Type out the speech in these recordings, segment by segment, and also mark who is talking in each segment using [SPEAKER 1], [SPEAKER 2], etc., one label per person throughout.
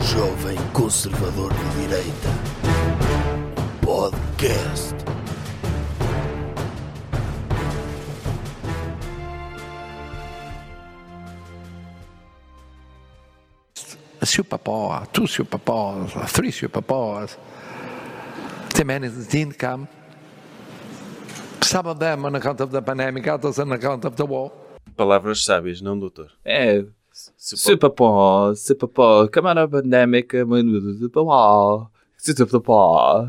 [SPEAKER 1] jovem conservador de direita. Podcast.
[SPEAKER 2] super power, two super powers, three super powers. The man is the income. Some of them on account of the pandemic, others on account of the war.
[SPEAKER 3] Palavras sábias, não, doutor?
[SPEAKER 4] É.
[SPEAKER 3] Tipo,
[SPEAKER 4] Supapó, supapó, camada pandémica, menudo de papó, supapó.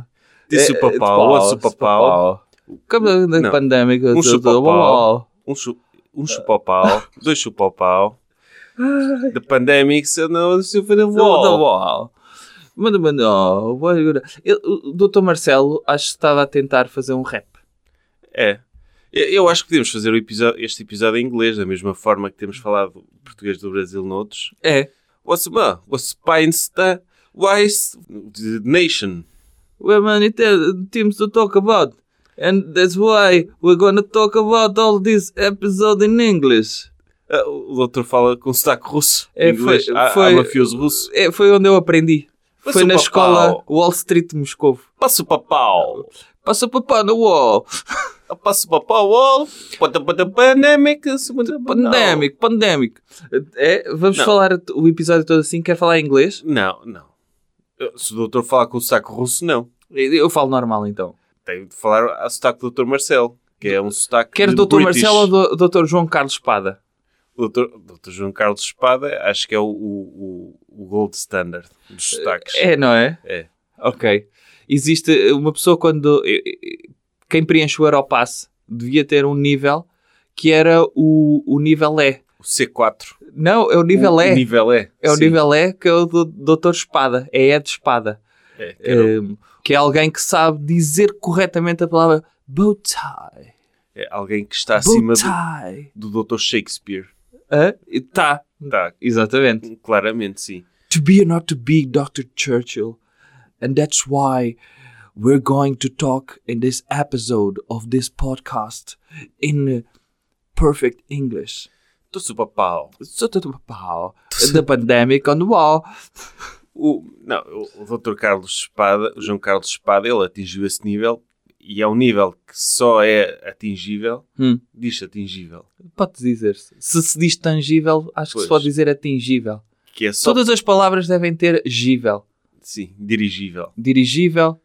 [SPEAKER 4] É,
[SPEAKER 3] Disse o papau, outro supapau,
[SPEAKER 4] Camada
[SPEAKER 3] Não.
[SPEAKER 4] pandémica,
[SPEAKER 3] Um
[SPEAKER 4] supapó.
[SPEAKER 3] supapau. um, chu um chupopau, dois chupopau. The pandemics and now the the um wall.
[SPEAKER 4] Supapó. um Mano, mano, ó, boa figura. Ele- o Dr. Marcelo acho que estava a tentar fazer um rap.
[SPEAKER 3] É. Eu eu acho que podemos fazer o episo- este episódio em inglês, da mesma forma que temos falado português do Brasil noutros.
[SPEAKER 4] É.
[SPEAKER 3] What's ma? What's Pines the Wise the Nation?
[SPEAKER 4] Well, man, it, uh, teams to talk about. And that's why we're gonna talk about all this episode in English.
[SPEAKER 3] Ah, o doutor fala com sotaque russo.
[SPEAKER 4] É,
[SPEAKER 3] inglês.
[SPEAKER 4] foi-
[SPEAKER 3] Há- há
[SPEAKER 4] foi-
[SPEAKER 3] mafioso russo.
[SPEAKER 4] É, foi onde eu aprendi.
[SPEAKER 3] Mas
[SPEAKER 4] foi
[SPEAKER 3] o
[SPEAKER 4] na
[SPEAKER 3] papau.
[SPEAKER 4] escola Wall Street de Moscovo.
[SPEAKER 3] Passa o papau.
[SPEAKER 4] Passa papá no wall.
[SPEAKER 3] Passa o papau. wall. Pata- pata- Pandemic. segunda-
[SPEAKER 4] Pandemic, pandemic. É, vamos
[SPEAKER 3] Não.
[SPEAKER 4] falar o episódio todo assim. Quer falar em inglês?
[SPEAKER 3] Não, não. Eu- Se o doutor falar com o sotaque russo, não.
[SPEAKER 4] Eu falo normal então.
[SPEAKER 3] Tem de falar a sotaque do doutor Marcelo, que é um sotaque
[SPEAKER 4] Quer o
[SPEAKER 3] de
[SPEAKER 4] Dr.
[SPEAKER 3] British.
[SPEAKER 4] Marcelo ou o Dr. João Carlos Espada?
[SPEAKER 3] O doutor, doutor João Carlos Espada, acho que é o, o, o- o gold standard dos sotaques.
[SPEAKER 4] É, não é?
[SPEAKER 3] É.
[SPEAKER 4] Ok. Existe eh, uma pessoa quando. eh, Quem preenche o Europass devia ter um nível que era o, o nível E.
[SPEAKER 3] O C4.
[SPEAKER 4] Não, é o nível
[SPEAKER 3] o,
[SPEAKER 4] E.
[SPEAKER 3] O nível E.
[SPEAKER 4] É o
[SPEAKER 3] Sim.
[SPEAKER 4] nível E que é o do Doutor Espada. É E de Espada.
[SPEAKER 3] É, que era o-
[SPEAKER 4] Um, que é alguém que sabe dizer corretamente a palavra bow tie.
[SPEAKER 3] é alguém que está acima
[SPEAKER 4] Bow
[SPEAKER 3] do,
[SPEAKER 4] tie.
[SPEAKER 3] do doutor Shakespeare.
[SPEAKER 4] Hã? E Tá,
[SPEAKER 3] Tá,
[SPEAKER 4] exatamente.
[SPEAKER 3] claramente sim.
[SPEAKER 4] To be or not to be Dr. Churchill. And that's why we're going to talk in this episode of this podcast in uh, perfect English.
[SPEAKER 3] Do Supapau.
[SPEAKER 4] So to the pow, the pandemic on the wall.
[SPEAKER 3] O, não, o, o doutor Carlos Espada, o João Carlos Espada, ele atingiu esse nível e é um nível que só é atingível,
[SPEAKER 4] Hum.
[SPEAKER 3] diz atingível.
[SPEAKER 4] Pode dizer-se. Se se diz tangível, acho que
[SPEAKER 3] Pois.
[SPEAKER 4] se pode dizer atingível.
[SPEAKER 3] Que é só
[SPEAKER 4] Todas as palavras devem ter gível.
[SPEAKER 3] Sim, dirigível.
[SPEAKER 4] Dirigível,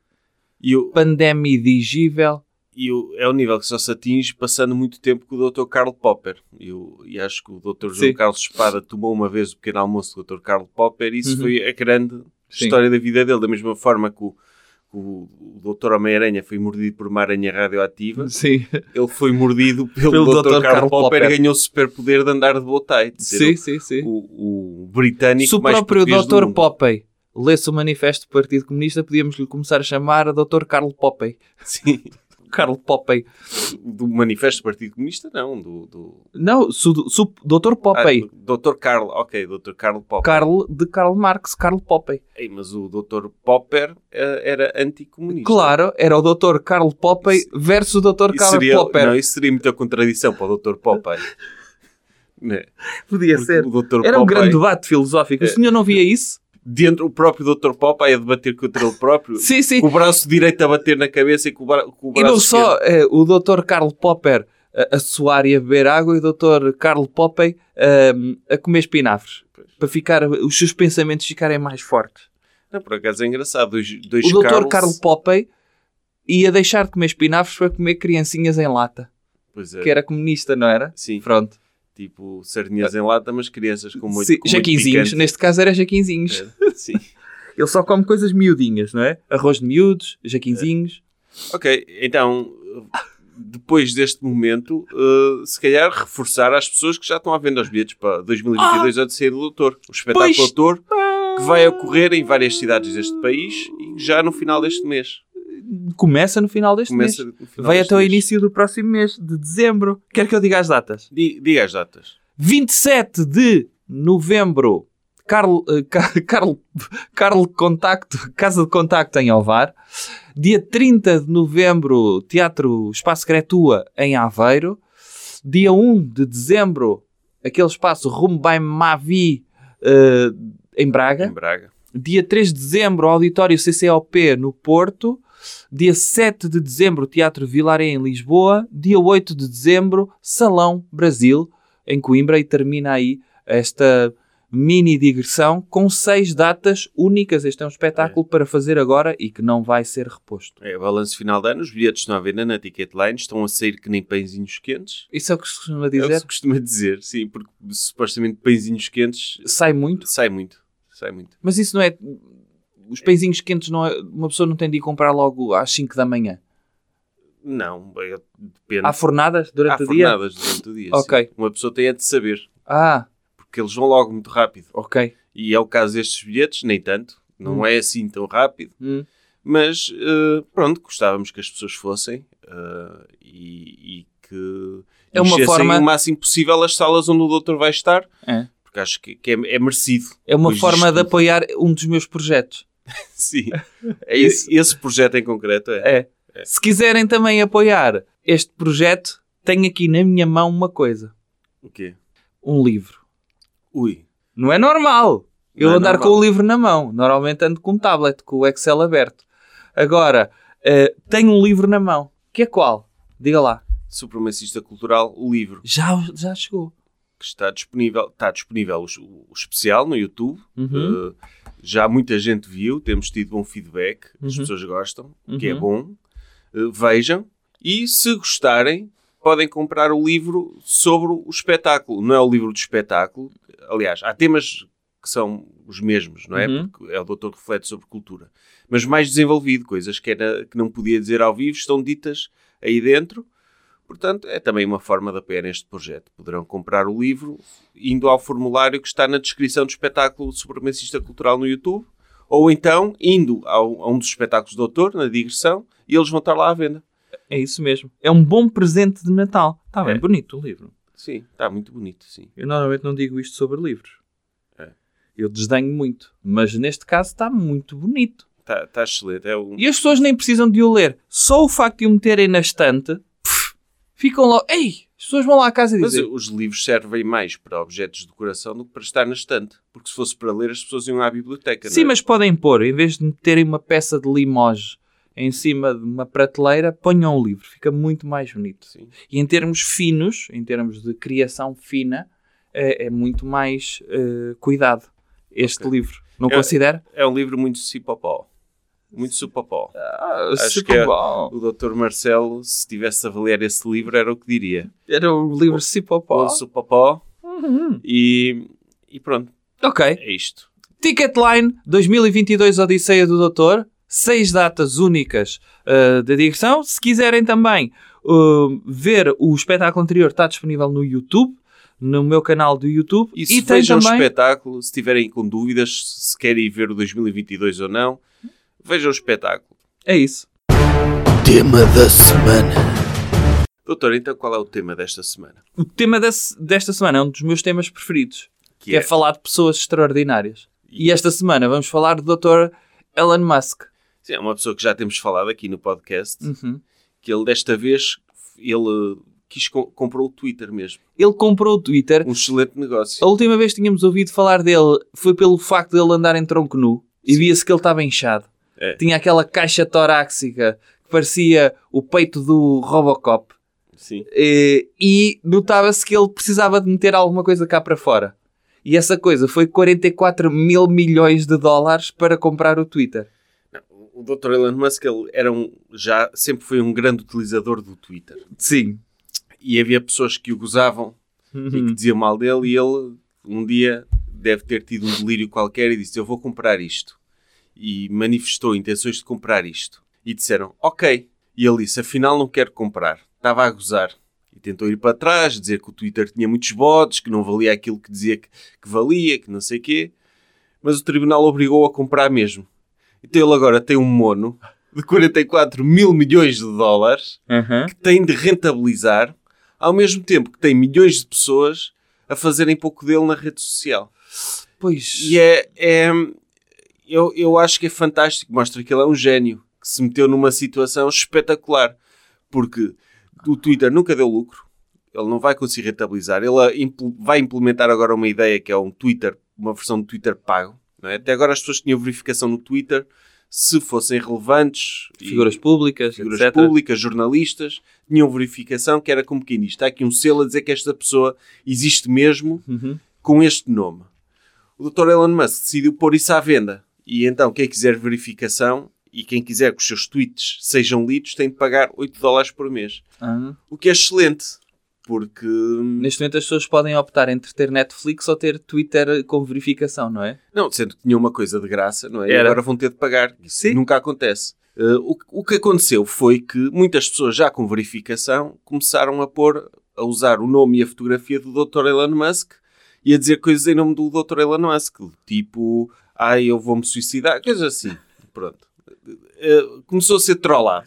[SPEAKER 3] E, o,
[SPEAKER 4] pandemidigível.
[SPEAKER 3] e o, é um nível que só se atinge passando muito tempo com o Dr. Karl Popper. E, o- e acho que o Dr. João
[SPEAKER 4] Sim.
[SPEAKER 3] Carlos Espada tomou uma vez o pequeno almoço do Dr. Karl Popper e isso
[SPEAKER 4] Uhum.
[SPEAKER 3] foi a grande
[SPEAKER 4] Sim.
[SPEAKER 3] história da vida dele. Da mesma forma que o, que o, o Dr. Homem-Aranha foi mordido por uma aranha radioativa,
[SPEAKER 4] Sim,
[SPEAKER 3] ele foi mordido pelo,
[SPEAKER 4] Pelo
[SPEAKER 3] Dr.
[SPEAKER 4] Dr.
[SPEAKER 3] Karl,
[SPEAKER 4] Karl
[SPEAKER 3] Popper
[SPEAKER 4] Popper.
[SPEAKER 3] e ganhou o superpoder de andar de boa tie, de ser
[SPEAKER 4] sim, sim, sim.
[SPEAKER 3] O, o britânico
[SPEAKER 4] Se o
[SPEAKER 3] mais
[SPEAKER 4] próprio
[SPEAKER 3] português do
[SPEAKER 4] Dr.
[SPEAKER 3] mundo.
[SPEAKER 4] Popey lesse o manifesto do Partido Comunista, podíamos lhe começar a chamar a Dr. Carlo Popey.
[SPEAKER 3] Sim,
[SPEAKER 4] Carlo Popey.
[SPEAKER 3] do manifesto do Partido Comunista, não, do- do, Ah,
[SPEAKER 4] Não, se o se o Dr. Popey.
[SPEAKER 3] Doutor Carl, ok, Doutor Carl Popper.
[SPEAKER 4] Carl, de Karl Marx, Karl Popey.
[SPEAKER 3] Ei, mas o Dr. Popper eh, era anticomunista.
[SPEAKER 4] Claro, era o Dr. Karl Popey
[SPEAKER 3] Isso-
[SPEAKER 4] versus o Dr.
[SPEAKER 3] Isso
[SPEAKER 4] Karl
[SPEAKER 3] seria,
[SPEAKER 4] Popper.
[SPEAKER 3] Não, isso seria muita contradição para o Dr. Popper. Né?
[SPEAKER 4] Podia
[SPEAKER 3] Porque
[SPEAKER 4] ser.
[SPEAKER 3] O Dr.
[SPEAKER 4] Era um
[SPEAKER 3] Popper,
[SPEAKER 4] grande debate filosófico. O
[SPEAKER 3] É.
[SPEAKER 4] senhor não via isso?
[SPEAKER 3] Dentro, o próprio Dr. Popper a debater contra ele próprio.
[SPEAKER 4] Sim, sim.
[SPEAKER 3] Com o braço direito a bater na cabeça e com o, bra com o
[SPEAKER 4] E
[SPEAKER 3] braço
[SPEAKER 4] não só eh, o Dr. Karl Popper eh, a, a suar e a beber água e o Dr. Karl Popper ehm, a comer espinafres. Para ficar, os seus pensamentos ficarem mais fortes.
[SPEAKER 3] esquerdo. Não, por acaso é engraçado. Dois, dois
[SPEAKER 4] o Dr.
[SPEAKER 3] Carls-
[SPEAKER 4] Karl Popper ia deixar de comer espinafres para comer criancinhas em lata.
[SPEAKER 3] Pois é,
[SPEAKER 4] Que era comunista, não era?
[SPEAKER 3] Sim,
[SPEAKER 4] Pronto.
[SPEAKER 3] tipo sardinhas em lata, mas crianças com muito,
[SPEAKER 4] Sim,
[SPEAKER 3] com muito
[SPEAKER 4] jaquinzinhos.
[SPEAKER 3] picante.
[SPEAKER 4] Neste caso era jaquinzinhos.
[SPEAKER 3] É, Sim.
[SPEAKER 4] Ele só come coisas miudinhas, não é? Arroz de miúdos, jaquinzinhos.
[SPEAKER 3] Ok, então depois deste momento, eh, se calhar reforçar às pessoas que já estão à venda os bilhetes para 2022 a Odisseia do Doutor, o espetáculo
[SPEAKER 4] Ah! Pois.
[SPEAKER 3] Doutor É. que vai ocorrer em várias cidades deste país e já no final deste mês.
[SPEAKER 4] Começa no final deste
[SPEAKER 3] Começa
[SPEAKER 4] mês.
[SPEAKER 3] no final
[SPEAKER 4] Vai
[SPEAKER 3] deste
[SPEAKER 4] até o
[SPEAKER 3] mês.
[SPEAKER 4] início do próximo mês, de dezembro. Quer que eu diga as datas?
[SPEAKER 3] Di- Diga as datas.
[SPEAKER 4] 27 de novembro, Carl, eh, Ca- Carl, Carl Contacto, Casa de Contacto em Alvar. Dia 30 de novembro, Teatro Espaço Cretua em Aveiro. Dia 1 de dezembro, aquele espaço Rumo by Mavi eh, em Braga.
[SPEAKER 3] Em Braga.
[SPEAKER 4] Dia 3 de dezembro, Auditório CCOP no Porto. Dia 7 de dezembro, Teatro Vilaré em Lisboa. Dia 8 de dezembro, Salão Brasil em Coimbra. E termina aí esta mini digressão com seis datas únicas. Este é um espetáculo para fazer agora e que não vai ser reposto.
[SPEAKER 3] É balanço final de ano, os bilhetes estão à venda na Ticketline, estão a sair que nem pãezinhos quentes.
[SPEAKER 4] Isso é o que se costuma
[SPEAKER 3] É o que
[SPEAKER 4] dizer.
[SPEAKER 3] se costuma dizer, sim, porque supostamente pãezinhos quentes
[SPEAKER 4] Sai muito.
[SPEAKER 3] sai muito, sai muito.
[SPEAKER 4] Mas isso não é. Os pãezinhos quentes, não é... uma pessoa não tem de ir comprar logo às 5 da manhã.
[SPEAKER 3] Não, bem, eu- depende.
[SPEAKER 4] Há fornadas
[SPEAKER 3] Há
[SPEAKER 4] durante o dia?
[SPEAKER 3] fornadas durante o dia.
[SPEAKER 4] Ok.
[SPEAKER 3] sim. Uma pessoa tem é de saber,
[SPEAKER 4] Ah,
[SPEAKER 3] porque eles vão logo muito rápido.
[SPEAKER 4] ok.
[SPEAKER 3] E é o caso destes bilhetes, nem tanto, não é assim tão rápido.
[SPEAKER 4] Hum.
[SPEAKER 3] Mas eh, pronto, gostávamos que as pessoas fossem eh, e, e que
[SPEAKER 4] É uma
[SPEAKER 3] enchessem
[SPEAKER 4] forma-
[SPEAKER 3] o máximo possível as salas onde o doutor vai estar,
[SPEAKER 4] É.
[SPEAKER 3] porque acho que, que é, é merecido.
[SPEAKER 4] É uma
[SPEAKER 3] Pois
[SPEAKER 4] forma
[SPEAKER 3] isto-
[SPEAKER 4] de apoiar um dos meus projetos.
[SPEAKER 3] Sim, é esse, esse projeto em concreto é.
[SPEAKER 4] É. Se quiserem também apoiar este projeto, tenho aqui na minha mão uma coisa:
[SPEAKER 3] O quê?
[SPEAKER 4] um livro.
[SPEAKER 3] Ui.
[SPEAKER 4] Não é normal eu
[SPEAKER 3] Não é
[SPEAKER 4] andar
[SPEAKER 3] normal.
[SPEAKER 4] com o livro na mão. Normalmente ando com um tablet, com o Excel aberto. Agora, eh, tenho um livro na mão. Que é qual? Diga lá.
[SPEAKER 3] Supremacista Cultural, o livro
[SPEAKER 4] Já, já chegou.
[SPEAKER 3] que está disponível, está disponível o, o especial no YouTube.
[SPEAKER 4] Uhum.
[SPEAKER 3] Uh, já muita gente viu, temos tido bom feedback, as
[SPEAKER 4] Uhum.
[SPEAKER 3] pessoas gostam, o que é
[SPEAKER 4] Uhum.
[SPEAKER 3] bom. Uh, vejam e se gostarem, podem comprar o livro sobre o espetáculo. Não é o livro do espetáculo, aliás, há temas que são os mesmos, não é?
[SPEAKER 4] Uhum.
[SPEAKER 3] Porque é o doutor que reflete sobre cultura, mas mais desenvolvido, coisas que, era, que não podia dizer ao vivo estão ditas aí dentro. Portanto, é também uma forma de apoiar este projeto. Poderão comprar o livro indo ao formulário que está na descrição do espetáculo Supremacista Cultural no YouTube, ou então indo ao- a um dos espetáculos do autor, na digressão, e eles vão estar lá à venda.
[SPEAKER 4] É isso mesmo. É um bom presente de Natal. Está bem
[SPEAKER 3] É.
[SPEAKER 4] bonito o livro.
[SPEAKER 3] Sim, está muito bonito, sim.
[SPEAKER 4] Eu normalmente não digo isto sobre livros.
[SPEAKER 3] É.
[SPEAKER 4] Eu desdenho muito. Mas neste caso está muito bonito.
[SPEAKER 3] Está, está excelente. É um...
[SPEAKER 4] E as pessoas nem precisam de o ler. Só o facto de o meterem na estante, pff, ficam logo. Ei! As pessoas vão lá à casa e
[SPEAKER 3] Mas
[SPEAKER 4] dizem.
[SPEAKER 3] os livros servem mais para objetos de coração do que para estar na estante. Porque se fosse para ler, as pessoas iam à biblioteca.
[SPEAKER 4] Sim,
[SPEAKER 3] não é?
[SPEAKER 4] mas podem pôr, em vez de meterem uma peça de limoges em cima de uma prateleira, ponham o livro. Fica muito mais bonito.
[SPEAKER 3] Sim.
[SPEAKER 4] E em termos finos, em termos de criação fina, é, é muito mais eh, cuidado este
[SPEAKER 3] Ok.
[SPEAKER 4] livro. Não
[SPEAKER 3] É-
[SPEAKER 4] considera?
[SPEAKER 3] É um livro muito cipopó. Muito supopó. acho
[SPEAKER 4] super
[SPEAKER 3] que é-
[SPEAKER 4] bom.
[SPEAKER 3] O Dr. Marcelo, se tivesse a avaliar esse livro, era o que diria.
[SPEAKER 4] Era o livro Cipopó.
[SPEAKER 3] Ou supopó.
[SPEAKER 4] Uhum.
[SPEAKER 3] E, e pronto,
[SPEAKER 4] Ok.
[SPEAKER 3] é isto.
[SPEAKER 4] Ticketline 2022 Odisseia do Doutor. Seis datas únicas uh, da digressão. Se quiserem também uh, ver o espetáculo anterior, está disponível no YouTube, no meu canal do YouTube.
[SPEAKER 3] E se vejam o espetáculo, se tiverem com dúvidas se querem ir ver o 2022 ou não, vejam o espetáculo.
[SPEAKER 4] É isso.
[SPEAKER 1] Tema da semana.
[SPEAKER 3] Doutor, então qual é o tema desta semana?
[SPEAKER 4] O tema desse- desta semana é um dos meus temas preferidos, que, é. falar de pessoas extraordinárias. E esta semana vamos falar do Dr. Elon Musk.
[SPEAKER 3] Sim, é uma pessoa que já temos falado aqui no podcast,
[SPEAKER 4] Uhum.
[SPEAKER 3] que ele desta vez, ele eh, quis, com- comprou o Twitter mesmo.
[SPEAKER 4] Ele comprou o Twitter.
[SPEAKER 3] Um excelente
[SPEAKER 4] A
[SPEAKER 3] negócio.
[SPEAKER 4] última vez que tínhamos ouvido falar dele foi pelo facto de ele andar em tronco nu e via-se que ele estava inchado.
[SPEAKER 3] É.
[SPEAKER 4] Tinha aquela caixa torácica que parecia o peito do Robocop.
[SPEAKER 3] Sim.
[SPEAKER 4] Eh, E notava-se que ele precisava de meter alguma coisa cá para fora. E essa coisa foi 44 mil milhões de dólares para comprar o Twitter.
[SPEAKER 3] O Dr. Elon Musk, ele era um, já sempre foi um grande utilizador do Twitter.
[SPEAKER 4] Sim.
[SPEAKER 3] E havia pessoas que o gozavam e que diziam mal dele e ele um dia deve ter tido um delírio qualquer e disse eu vou comprar isto e manifestou intenções de comprar isto e disseram ok e ele disse afinal não quero comprar estava a gozar e tentou ir para trás dizer que o Twitter tinha muitos bots que não valia aquilo que dizia que, que valia que não sei quê mas o tribunal obrigou a comprar mesmo então ele agora tem um mono de 44 mil milhões de dólares
[SPEAKER 4] Aham.
[SPEAKER 3] que tem de rentabilizar, ao mesmo tempo que tem milhões de pessoas a fazerem pouco dele na rede social.
[SPEAKER 4] Pois.
[SPEAKER 3] E é. é- eu, eu acho que é fantástico. Mostra que ele é um gênio que se meteu numa situação espetacular. Porque o Twitter nunca deu lucro, ele não vai conseguir ah, rentabilizar. Ele a impl- vai implementar agora uma ideia que é um Twitter, uma versão de Twitter pago. não é? Até agora as pessoas tinham verificação no Twitter se fossem relevantes e
[SPEAKER 4] Figuras públicas,
[SPEAKER 3] é. figuras
[SPEAKER 4] etc.
[SPEAKER 3] públicas, jornalistas, tinham verificação que era como que isto. Há aqui um selo a dizer que esta pessoa existe mesmo
[SPEAKER 4] Uhum.
[SPEAKER 3] com este nome. O Dr. Elon Musk decidiu pôr isso à venda. E então, quem quiser verificação e quem quiser que os seus tweets sejam lidos tem de pagar 8 dólares por mês.
[SPEAKER 4] Ah.
[SPEAKER 3] O que é excelente, porque hum,
[SPEAKER 4] Neste momento as pessoas podem optar entre ter Netflix ou ter Twitter com verificação, não é?
[SPEAKER 3] Não, sendo que tinha uma coisa de graça, não é? E
[SPEAKER 4] Era.
[SPEAKER 3] agora vão ter de pagar. Isso
[SPEAKER 4] Sim.
[SPEAKER 3] nunca acontece. Eh, o, o que aconteceu foi que muitas pessoas já com verificação começaram a pôr, a usar o nome e a fotografia do Dr. Elon Musk e a dizer coisas em nome do Dr. Elon Musk, tipo, ai, eu vou-me suicidar, coisas assim. Pronto. Eh, começou a ser trollado.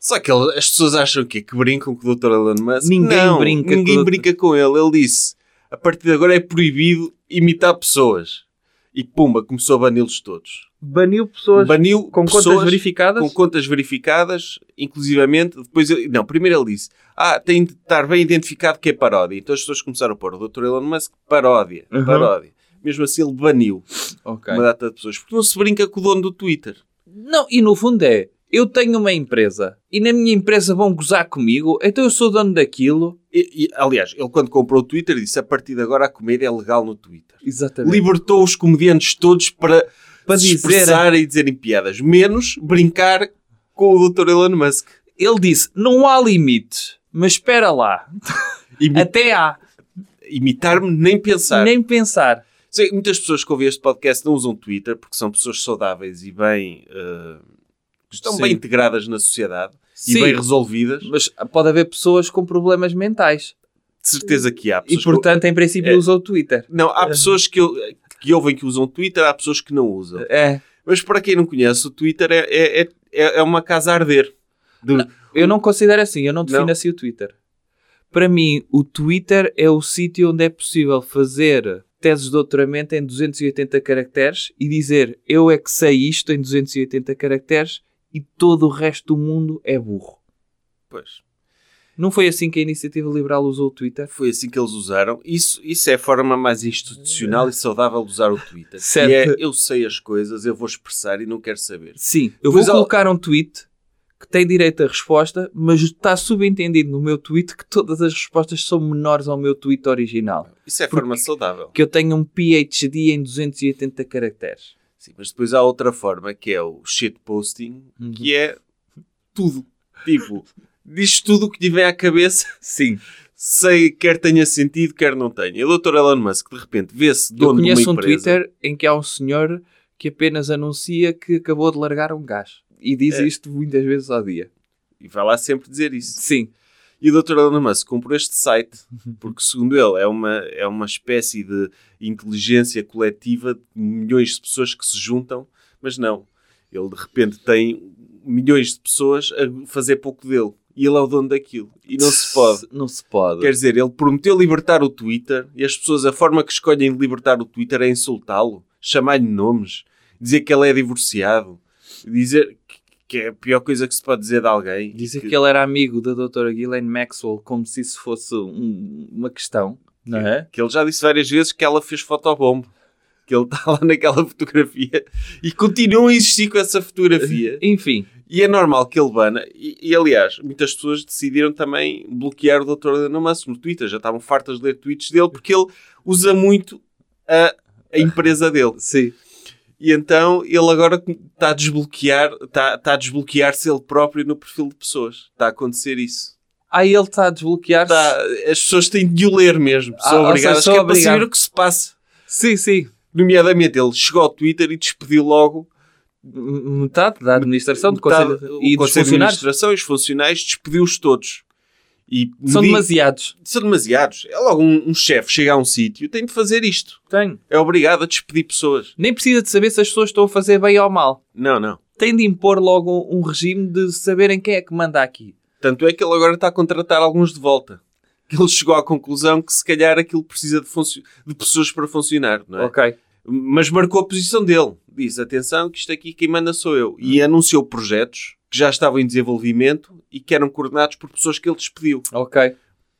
[SPEAKER 3] Só que ele- as pessoas acham que, que brincam com o Dr. Elon Musk.
[SPEAKER 4] Ninguém
[SPEAKER 3] Não,
[SPEAKER 4] brinca com
[SPEAKER 3] ninguém
[SPEAKER 4] o Dr.
[SPEAKER 3] brinca com ele. Ele disse: a partir de agora é proibido imitar pessoas. E pumba, começou a bani-los todos.
[SPEAKER 4] Baniu pessoas
[SPEAKER 3] Baniu
[SPEAKER 4] com
[SPEAKER 3] pessoas
[SPEAKER 4] contas verificadas?
[SPEAKER 3] com contas verificadas, inclusivamente. Depois ele- não, primeiro ele disse: ah, tem de estar bem identificado que é paródia. Então as pessoas começaram a pôr o Dr. Elon Musk paródia,
[SPEAKER 4] Uhum.
[SPEAKER 3] paródia. Mesmo assim, ele baniu
[SPEAKER 4] Ok.
[SPEAKER 3] uma data de pessoas. Porque não se brinca com o dono do Twitter.
[SPEAKER 4] Não, e no fundo é, eu tenho uma empresa e na minha empresa vão gozar comigo, então eu sou dono daquilo.
[SPEAKER 3] E- e, aliás, ele quando comprou o Twitter disse a partir de agora a comédia é legal no Twitter.
[SPEAKER 4] Exatamente.
[SPEAKER 3] Libertou os comediantes todos para,
[SPEAKER 4] Para
[SPEAKER 3] se
[SPEAKER 4] dizer-
[SPEAKER 3] expressarem e dizerem piadas, menos brincar com o Dr. Elon Musk.
[SPEAKER 4] Ele disse, não há limite, mas espera lá,
[SPEAKER 3] Imi-
[SPEAKER 4] até há,
[SPEAKER 3] Imitar-me nem pensar.
[SPEAKER 4] nem pensar.
[SPEAKER 3] Sei, que muitas pessoas que ouvem este podcast não usam Twitter porque são pessoas saudáveis e bem. eh, estão
[SPEAKER 4] Sim.
[SPEAKER 3] bem integradas na sociedade
[SPEAKER 4] Sim.
[SPEAKER 3] e bem resolvidas.
[SPEAKER 4] Mas pode haver pessoas com problemas mentais
[SPEAKER 3] De certeza que há.
[SPEAKER 4] e,
[SPEAKER 3] pessoas que-
[SPEAKER 4] portanto, é. em princípio,
[SPEAKER 3] É.
[SPEAKER 4] usou o Twitter.
[SPEAKER 3] Não, há pessoas que, eu- que ouvem que usam Twitter, há pessoas que não usam.
[SPEAKER 4] É,
[SPEAKER 3] Mas para quem não conhece, o Twitter é, é, é- é, é uma casa a arder. De-
[SPEAKER 4] eu não considero assim, eu não defino
[SPEAKER 3] Não.
[SPEAKER 4] assim o Twitter. Para mim, o Twitter é o sítio onde é possível fazer teses de doutoramento em 280 caracteres e dizer eu é que sei isto em 280 caracteres e todo o resto do mundo é burro.
[SPEAKER 3] Pois.
[SPEAKER 4] Não foi assim que a Iniciativa Liberal usou o Twitter?
[SPEAKER 3] Foi assim que eles usaram. Isso, isso é a forma mais institucional e saudável de usar o Twitter.
[SPEAKER 4] Certo.
[SPEAKER 3] Que é, eu sei as coisas, eu vou expressar e não quero saber.
[SPEAKER 4] Sim, eu
[SPEAKER 3] Eu
[SPEAKER 4] vou
[SPEAKER 3] vou-
[SPEAKER 4] colocar um tweet que tem direito à resposta, mas está subentendido no meu tweet que todas as respostas são menores ao meu tweet original.
[SPEAKER 3] Isso é a
[SPEAKER 4] Porque-
[SPEAKER 3] forma saudável.
[SPEAKER 4] Que eu tenho um PhD em 280 caracteres.
[SPEAKER 3] Sim, mas depois há outra forma, que é o shitposting,
[SPEAKER 4] Uhum.
[SPEAKER 3] que é tudo. Tipo, diz tudo o que lhe vem à cabeça,
[SPEAKER 4] Sim.
[SPEAKER 3] sei, quer tenha sentido, quer não tenha. E o Dr. Elon Musk, de repente, vê-se
[SPEAKER 4] Eu
[SPEAKER 3] dono de uma
[SPEAKER 4] conheço
[SPEAKER 3] empresa...
[SPEAKER 4] um Twitter em que há um senhor que apenas anuncia que acabou de largar um gás. E diz
[SPEAKER 3] É.
[SPEAKER 4] isto muitas vezes ao dia.
[SPEAKER 3] E vai lá sempre dizer isso.
[SPEAKER 4] Sim.
[SPEAKER 3] E o Dr. Elon Musk comprou este site porque, segundo ele, é uma, é uma espécie de inteligência coletiva de milhões de pessoas que se juntam, mas não. Ele, de repente, tem milhões de pessoas a fazer pouco dele. E ele é o dono daquilo. E não se pode.
[SPEAKER 4] Não se pode.
[SPEAKER 3] Quer dizer, ele prometeu libertar o Twitter e as pessoas, a forma que escolhem de libertar o Twitter é insultá-lo, chamar-lhe nomes, dizer que ele é divorciado, dizer que- que é a pior coisa que se pode dizer de alguém.
[SPEAKER 4] Dizer que... ele era amigo da doutora Ghislaine Maxwell como se isso fosse um- uma questão. Não é?
[SPEAKER 3] que ele já disse várias vezes que ela fez fotobomb. Que ele está lá naquela fotografia e continua a insistir com essa fotografia.
[SPEAKER 4] Enfim.
[SPEAKER 3] E é normal que ele bana. E, e, aliás, muitas pessoas decidiram também bloquear o Dr. Elon Musk no Twitter. Já estavam fartas de ler tweets dele porque ele usa muito a, a empresa dele.
[SPEAKER 4] Sim.
[SPEAKER 3] E então ele agora está a desbloquear, está, está a desbloquear-se ele próprio no perfil de pessoas. Está a acontecer isso.
[SPEAKER 4] Aí ele está a desbloquear-se.
[SPEAKER 3] Está- as pessoas têm de o ler mesmo.
[SPEAKER 4] Ah,
[SPEAKER 3] São
[SPEAKER 4] ou seja,
[SPEAKER 3] obrigadas.
[SPEAKER 4] são
[SPEAKER 3] que é para saber
[SPEAKER 4] obrigado.
[SPEAKER 3] o que se passa.
[SPEAKER 4] Sim, sim.
[SPEAKER 3] Nomeadamente, ele chegou ao Twitter e despediu logo
[SPEAKER 4] M- Metade da administração do
[SPEAKER 3] metade-
[SPEAKER 4] Conselho
[SPEAKER 3] o
[SPEAKER 4] e
[SPEAKER 3] Conselho
[SPEAKER 4] dos
[SPEAKER 3] de
[SPEAKER 4] funcionários.
[SPEAKER 3] Administração e os funcionários, despediu-os todos. E
[SPEAKER 4] São
[SPEAKER 3] medi-
[SPEAKER 4] demasiados.
[SPEAKER 3] são demasiados. É logo um, um chefe chega a um sítio, tem de fazer isto.
[SPEAKER 4] Tenho.
[SPEAKER 3] É obrigado a despedir pessoas.
[SPEAKER 4] Nem precisa de saber se as pessoas estão a fazer bem ou mal.
[SPEAKER 3] Não, não.
[SPEAKER 4] Tem de impor logo um regime de saberem quem é que manda aqui.
[SPEAKER 3] Tanto é que ele agora está a contratar alguns de volta. Ele chegou à conclusão que se calhar aquilo precisa de, funcio- de pessoas para funcionar, não é?
[SPEAKER 4] Ok.
[SPEAKER 3] Mas marcou a posição dele. Diz, atenção, que isto aqui quem manda sou eu. E anunciou projetos que já estavam em desenvolvimento e que eram coordenados por pessoas que ele despediu.
[SPEAKER 4] Ok.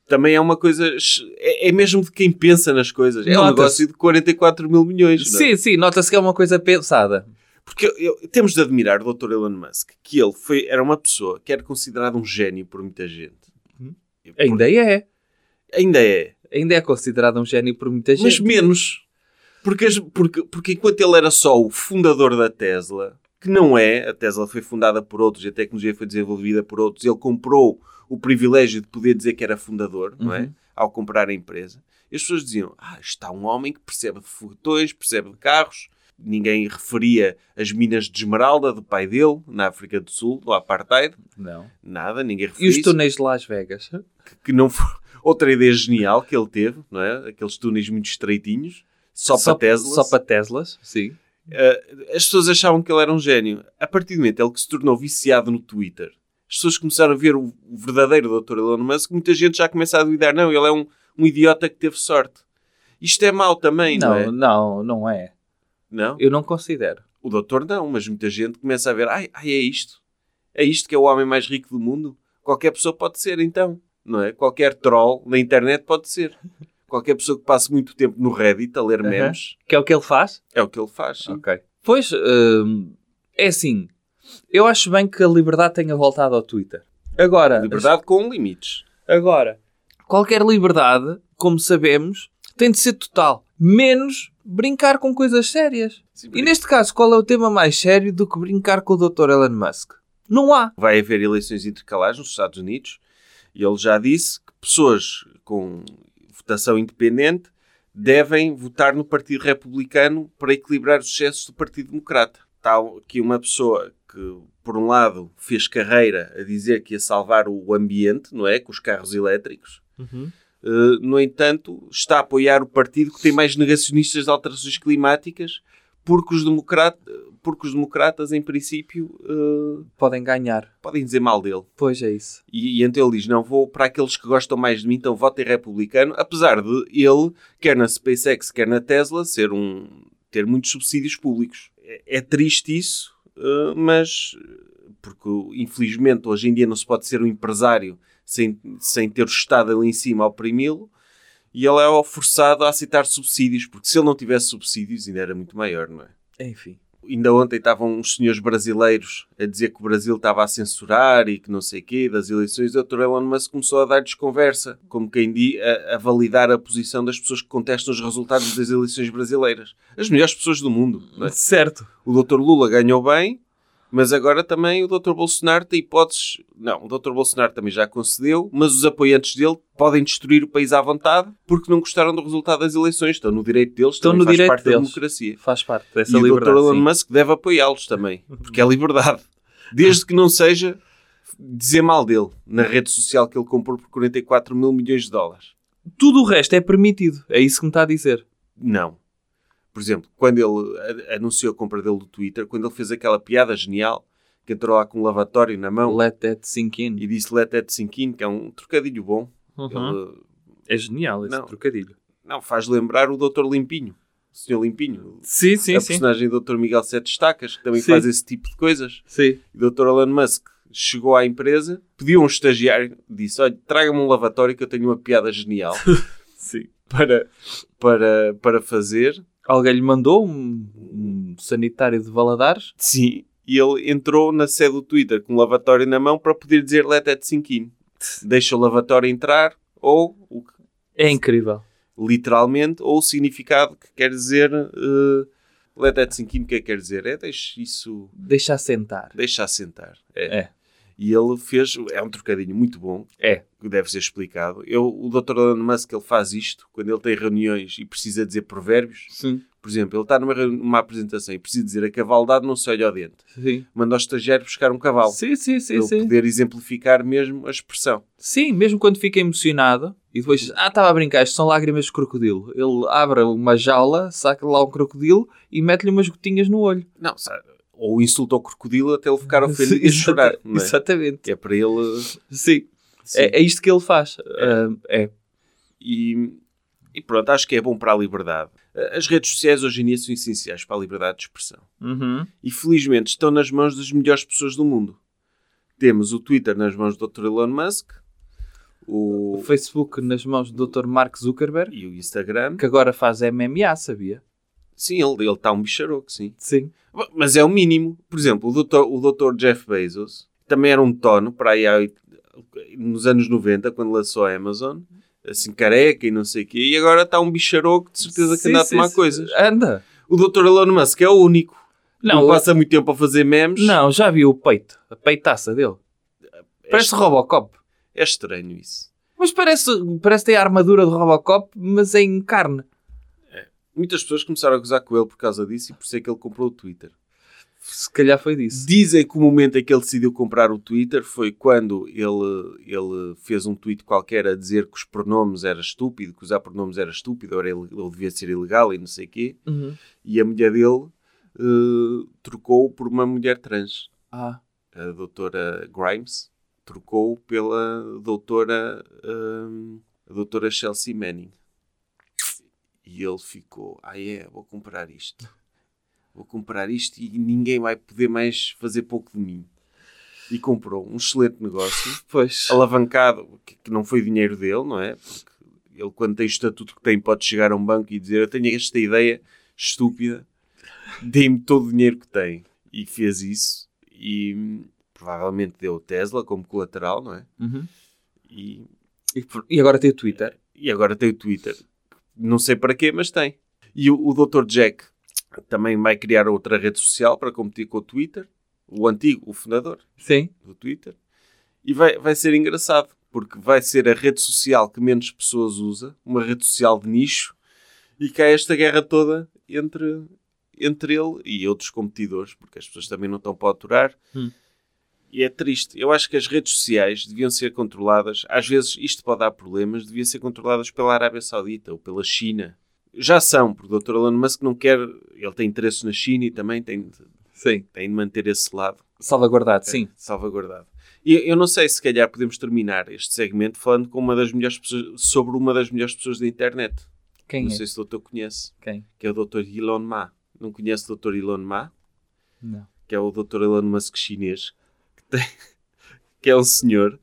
[SPEAKER 3] também é uma coisa. ch- É, é mesmo de quem pensa nas coisas. É um
[SPEAKER 4] Nota-se.
[SPEAKER 3] negócio de 44 mil milhões. não é?
[SPEAKER 4] Sim, sim, nota-se que é uma coisa pensada.
[SPEAKER 3] Porque eu- eu- temos de admirar o Dr. Elon Musk, que ele foi, era uma pessoa que era considerado um gênio por muita gente.
[SPEAKER 4] Uhum. Ainda é.
[SPEAKER 3] Ainda é.
[SPEAKER 4] Ainda é considerado um gênio por muita gente.
[SPEAKER 3] Mas menos. Porque, as- porque, porque enquanto ele era só o fundador da Tesla, que não é, a Tesla foi fundada por outros e a tecnologia foi desenvolvida por outros, ele comprou o privilégio de poder dizer que era fundador, não é?
[SPEAKER 4] Uhum.
[SPEAKER 3] Ao comprar a empresa. E as pessoas diziam, ah, está um homem que percebe de foguetões, percebe de carros. Ninguém referia as minas de esmeralda do pai dele, na África do Sul, do Apartheid.
[SPEAKER 4] Não.
[SPEAKER 3] Nada, ninguém referia
[SPEAKER 4] E os
[SPEAKER 3] isso
[SPEAKER 4] túneis de Las Vegas?
[SPEAKER 3] que não foi outra ideia genial que ele teve, não é? Aqueles túneis muito estreitinhos, só, para Tesla.
[SPEAKER 4] Só para Teslas, sim.
[SPEAKER 3] As pessoas achavam que ele era um gênio. A partir do momento ele que se tornou viciado no Twitter, as pessoas começaram a ver o o verdadeiro Dr. Elon Musk, muita gente já começa a duvidar, não, ele é um, um idiota que teve sorte. Isto é mau também, não,
[SPEAKER 4] não,
[SPEAKER 3] é?
[SPEAKER 4] não, não é.
[SPEAKER 3] Não?
[SPEAKER 4] Eu não considero.
[SPEAKER 3] O doutor não, mas muita gente começa a ver, ai, ai, é isto. É isto que é o homem mais rico do mundo. Qualquer pessoa pode ser, então. Não é? Qualquer troll na internet pode ser. Qualquer pessoa que passe muito tempo no Reddit a ler
[SPEAKER 4] Aham.
[SPEAKER 3] memes,
[SPEAKER 4] Que é o que ele faz?
[SPEAKER 3] é o que ele faz. sim.
[SPEAKER 4] Ok. Pois, hum, é assim. Eu acho bem que a liberdade tenha voltado ao Twitter. Agora,
[SPEAKER 3] Liberdade com limites.
[SPEAKER 4] agora, qualquer liberdade, como sabemos, tem de ser total. Menos brincar com coisas sérias.
[SPEAKER 3] Sim,
[SPEAKER 4] E neste caso, qual é o tema mais sério do que brincar com o Dr. Elon Musk? Não há.
[SPEAKER 3] Vai haver eleições intercalares nos Estados Unidos e ele já disse que pessoas com votação independente devem votar no Partido Republicano para equilibrar os excessos do Partido Democrata. Está aqui uma pessoa que, por um lado, fez carreira a dizer que ia salvar o ambiente, não é? Com os carros elétricos. Eh, no entanto, está a apoiar o partido que tem mais negacionistas de alterações climáticas porque os, democrata, porque os democratas, em princípio, eh,
[SPEAKER 4] Podem ganhar.
[SPEAKER 3] podem dizer mal dele.
[SPEAKER 4] Pois é isso.
[SPEAKER 3] E, e então ele diz: não, vou para aqueles que gostam mais de mim, então votem republicano. Apesar de ele, quer na SpaceX, quer na Tesla, ser um, ter muitos subsídios públicos. É, é triste isso, eh, mas. eh, Porque, infelizmente, hoje em dia não se pode ser um empresário sem, sem ter o Estado ali em cima a oprimi-lo. E ele é forçado a aceitar subsídios, porque se ele não tivesse subsídios, ainda era muito maior, não é?
[SPEAKER 4] Enfim.
[SPEAKER 3] Ainda ontem estavam uns senhores brasileiros a dizer que o Brasil estava a censurar e que não sei quê das eleições. O Dr. Elon Musk começou a dar-lhes conversa, como quem diz, a, a validar a posição das pessoas que contestam os resultados das eleições brasileiras. As melhores pessoas do mundo. não é?
[SPEAKER 4] Certo.
[SPEAKER 3] O Dr. Lula ganhou bem, mas agora também o Dr. Bolsonaro tem hipóteses. Não, o Dr. Bolsonaro também já concedeu, mas os apoiantes dele podem destruir o país à vontade porque não gostaram do resultado das eleições. Estão no direito deles,
[SPEAKER 4] Estão
[SPEAKER 3] também
[SPEAKER 4] no
[SPEAKER 3] faz
[SPEAKER 4] direito
[SPEAKER 3] parte da
[SPEAKER 4] deles.
[SPEAKER 3] democracia
[SPEAKER 4] Faz parte
[SPEAKER 3] e
[SPEAKER 4] dessa
[SPEAKER 3] o Dr.
[SPEAKER 4] liberdade.
[SPEAKER 3] Elon
[SPEAKER 4] sim.
[SPEAKER 3] Musk deve apoiá-los também, porque é liberdade. Desde que não seja dizer mal dele na rede social que ele comprou por 44 mil milhões de dólares.
[SPEAKER 4] Tudo o resto é permitido. É isso que me está a dizer.
[SPEAKER 3] Não. Por exemplo, quando ele a- anunciou a compra dele do Twitter, quando ele fez aquela piada genial, que entrou lá com um lavatório na mão
[SPEAKER 4] Let that sink in.
[SPEAKER 3] e disse Let that sink in, que é um trocadilho bom. Ele,
[SPEAKER 4] É genial esse
[SPEAKER 3] Uhum. Não.
[SPEAKER 4] trocadilho.
[SPEAKER 3] não, faz lembrar o Dr. Limpinho. O Sr. Limpinho.
[SPEAKER 4] Sim, sim,
[SPEAKER 3] a
[SPEAKER 4] sim.
[SPEAKER 3] personagem do Dr. Miguel Sete Estacas, que também
[SPEAKER 4] Sim.
[SPEAKER 3] faz esse tipo de coisas.
[SPEAKER 4] Sim.
[SPEAKER 3] o Dr. Elon Musk chegou à empresa, pediu a um estagiário, disse: Olha, traga-me um lavatório que eu tenho uma piada genial
[SPEAKER 4] sim.
[SPEAKER 3] para, para, para fazer.
[SPEAKER 4] Alguém lhe mandou um, um sanitário de Valadares?
[SPEAKER 3] Sim. E ele entrou na sede do Twitter com um lavatório na mão para poder dizer Let that sink in. Deixa o lavatório entrar, ou o que-
[SPEAKER 4] É incrível.
[SPEAKER 3] literalmente, ou o significado que quer dizer eh, Let that sink in, o que é que quer dizer? É deixa isso
[SPEAKER 4] Deixa sentar.
[SPEAKER 3] deixa assentar. É.
[SPEAKER 4] É.
[SPEAKER 3] E ele fez, é um trocadinho muito bom,
[SPEAKER 4] É.
[SPEAKER 3] que deve ser explicado. Eu, o Dr. Elon Musk, ele faz isto quando ele tem reuniões e precisa dizer provérbios.
[SPEAKER 4] Sim.
[SPEAKER 3] Por exemplo, ele está numa, reuni- numa apresentação e precisa dizer a cavaldade não se olha ao dente.
[SPEAKER 4] Sim,
[SPEAKER 3] Manda o estagiário buscar um cavalo.
[SPEAKER 4] sim, sim,
[SPEAKER 3] para
[SPEAKER 4] sim.
[SPEAKER 3] ele
[SPEAKER 4] Sim.
[SPEAKER 3] poder exemplificar mesmo a expressão.
[SPEAKER 4] Sim, mesmo quando fica emocionado e depois, ah, estava a brincar, isto são lágrimas de crocodilo. Ele abre uma jaula, saca lá um crocodilo e mete-lhe umas gotinhas no olho.
[SPEAKER 3] Não, sabe, ou insulta ao crocodilo até ele ficar ofendido e
[SPEAKER 4] Exata-
[SPEAKER 3] chorar. não é?
[SPEAKER 4] Exatamente.
[SPEAKER 3] Que é para ele...
[SPEAKER 4] Sim.
[SPEAKER 3] Sim.
[SPEAKER 4] É, é isto que ele faz. Ah, É.
[SPEAKER 3] E, e pronto, acho que é bom para a liberdade. As redes sociais hoje em dia são essenciais para a liberdade de expressão.
[SPEAKER 4] Uhum.
[SPEAKER 3] e felizmente estão nas mãos das melhores pessoas do mundo. Temos o Twitter nas mãos do Dr. Elon Musk, o,
[SPEAKER 4] O Facebook nas mãos do Dr. Mark Zuckerberg,
[SPEAKER 3] e o Instagram.
[SPEAKER 4] que agora faz MMA, sabia?
[SPEAKER 3] Sim, ele está um bicharoco, sim.
[SPEAKER 4] Sim.
[SPEAKER 3] Mas é o mínimo. Por exemplo, o Dr. o Dr. Jeff Bezos também era um tono para aí há oit- nos anos 90, quando lançou a Amazon, assim careca e não sei o quê, e agora está um bicharoco de certeza que
[SPEAKER 4] Sim,
[SPEAKER 3] anda a
[SPEAKER 4] sim,
[SPEAKER 3] tomar
[SPEAKER 4] sim.
[SPEAKER 3] coisas.
[SPEAKER 4] Anda.
[SPEAKER 3] O Dr. Elon Musk é o único. Não,
[SPEAKER 4] Não,
[SPEAKER 3] passa muito tempo a fazer memes.
[SPEAKER 4] não, já vi o peito, a peitaça dele. Parece Robocop.
[SPEAKER 3] É estranho isso.
[SPEAKER 4] Mas parece, parece ter a armadura do Robocop, mas em carne.
[SPEAKER 3] Muitas pessoas começaram a gozar com ele por causa disso e por ser que ele comprou o Twitter.
[SPEAKER 4] Se calhar foi disso.
[SPEAKER 3] Dizem que o momento em que ele decidiu comprar o Twitter foi quando ele, ele fez um tweet qualquer a dizer que os pronomes era estúpido, que usar pronomes era estúpido, era, ele ele devia ser ilegal e não sei o quê.
[SPEAKER 4] Uhum.
[SPEAKER 3] E a mulher dele eh, trocou-o por uma mulher trans.
[SPEAKER 4] Ah,
[SPEAKER 3] A doutora Grimes trocou-o pela doutora, ehm, a doutora Chelsea Manning. E ele ficou, ah é, vou comprar isto. Vou comprar isto e ninguém vai poder mais fazer pouco de mim. E comprou um excelente negócio,
[SPEAKER 4] pois.
[SPEAKER 3] alavancado, que que não foi dinheiro dele, não é? Porque ele, quando tem o estatuto que tem, pode chegar a um banco e dizer: Eu tenho esta ideia estúpida, dê-me todo o dinheiro que tem. E fez isso, e hum, provavelmente deu o Tesla como colateral, não é?
[SPEAKER 4] Uhum.
[SPEAKER 3] E
[SPEAKER 4] E, por- e agora tem o Twitter.
[SPEAKER 3] e agora tem o Twitter. Não sei para quê, mas tem. E o, o Dr. Jack também vai criar outra rede social para competir com o Twitter, o antigo, o fundador
[SPEAKER 4] Sim.
[SPEAKER 3] do Twitter. E vai, vai ser engraçado, porque vai ser a rede social que menos pessoas usa, uma rede social de nicho, e cá é esta guerra toda entre, entre ele e outros competidores, porque as pessoas também não estão para aturar.
[SPEAKER 4] Hum.
[SPEAKER 3] E é triste. Eu acho que as redes sociais deviam ser controladas, às vezes isto pode dar problemas, deviam ser controladas pela Arábia Saudita ou pela China. Já são, porque o Dr. Elon Musk não quer, ele tem interesses na China e também tem, de-
[SPEAKER 4] Sim.
[SPEAKER 3] tem de manter esse lado
[SPEAKER 4] Salvaguardado, sim.
[SPEAKER 3] eh, salvaguardado. E eu não sei se calhar podemos terminar este segmento falando com uma das melhores pessoas, sobre uma das melhores pessoas da internet.
[SPEAKER 4] Quem
[SPEAKER 3] não
[SPEAKER 4] é?
[SPEAKER 3] sei se o doutor conhece,
[SPEAKER 4] Quem?
[SPEAKER 3] que é o doutor Elon Ma. Não conhece o doutor Elon Ma,
[SPEAKER 4] Não.
[SPEAKER 3] que é o doutor Elon Musk chinês, que, tem, que é um senhor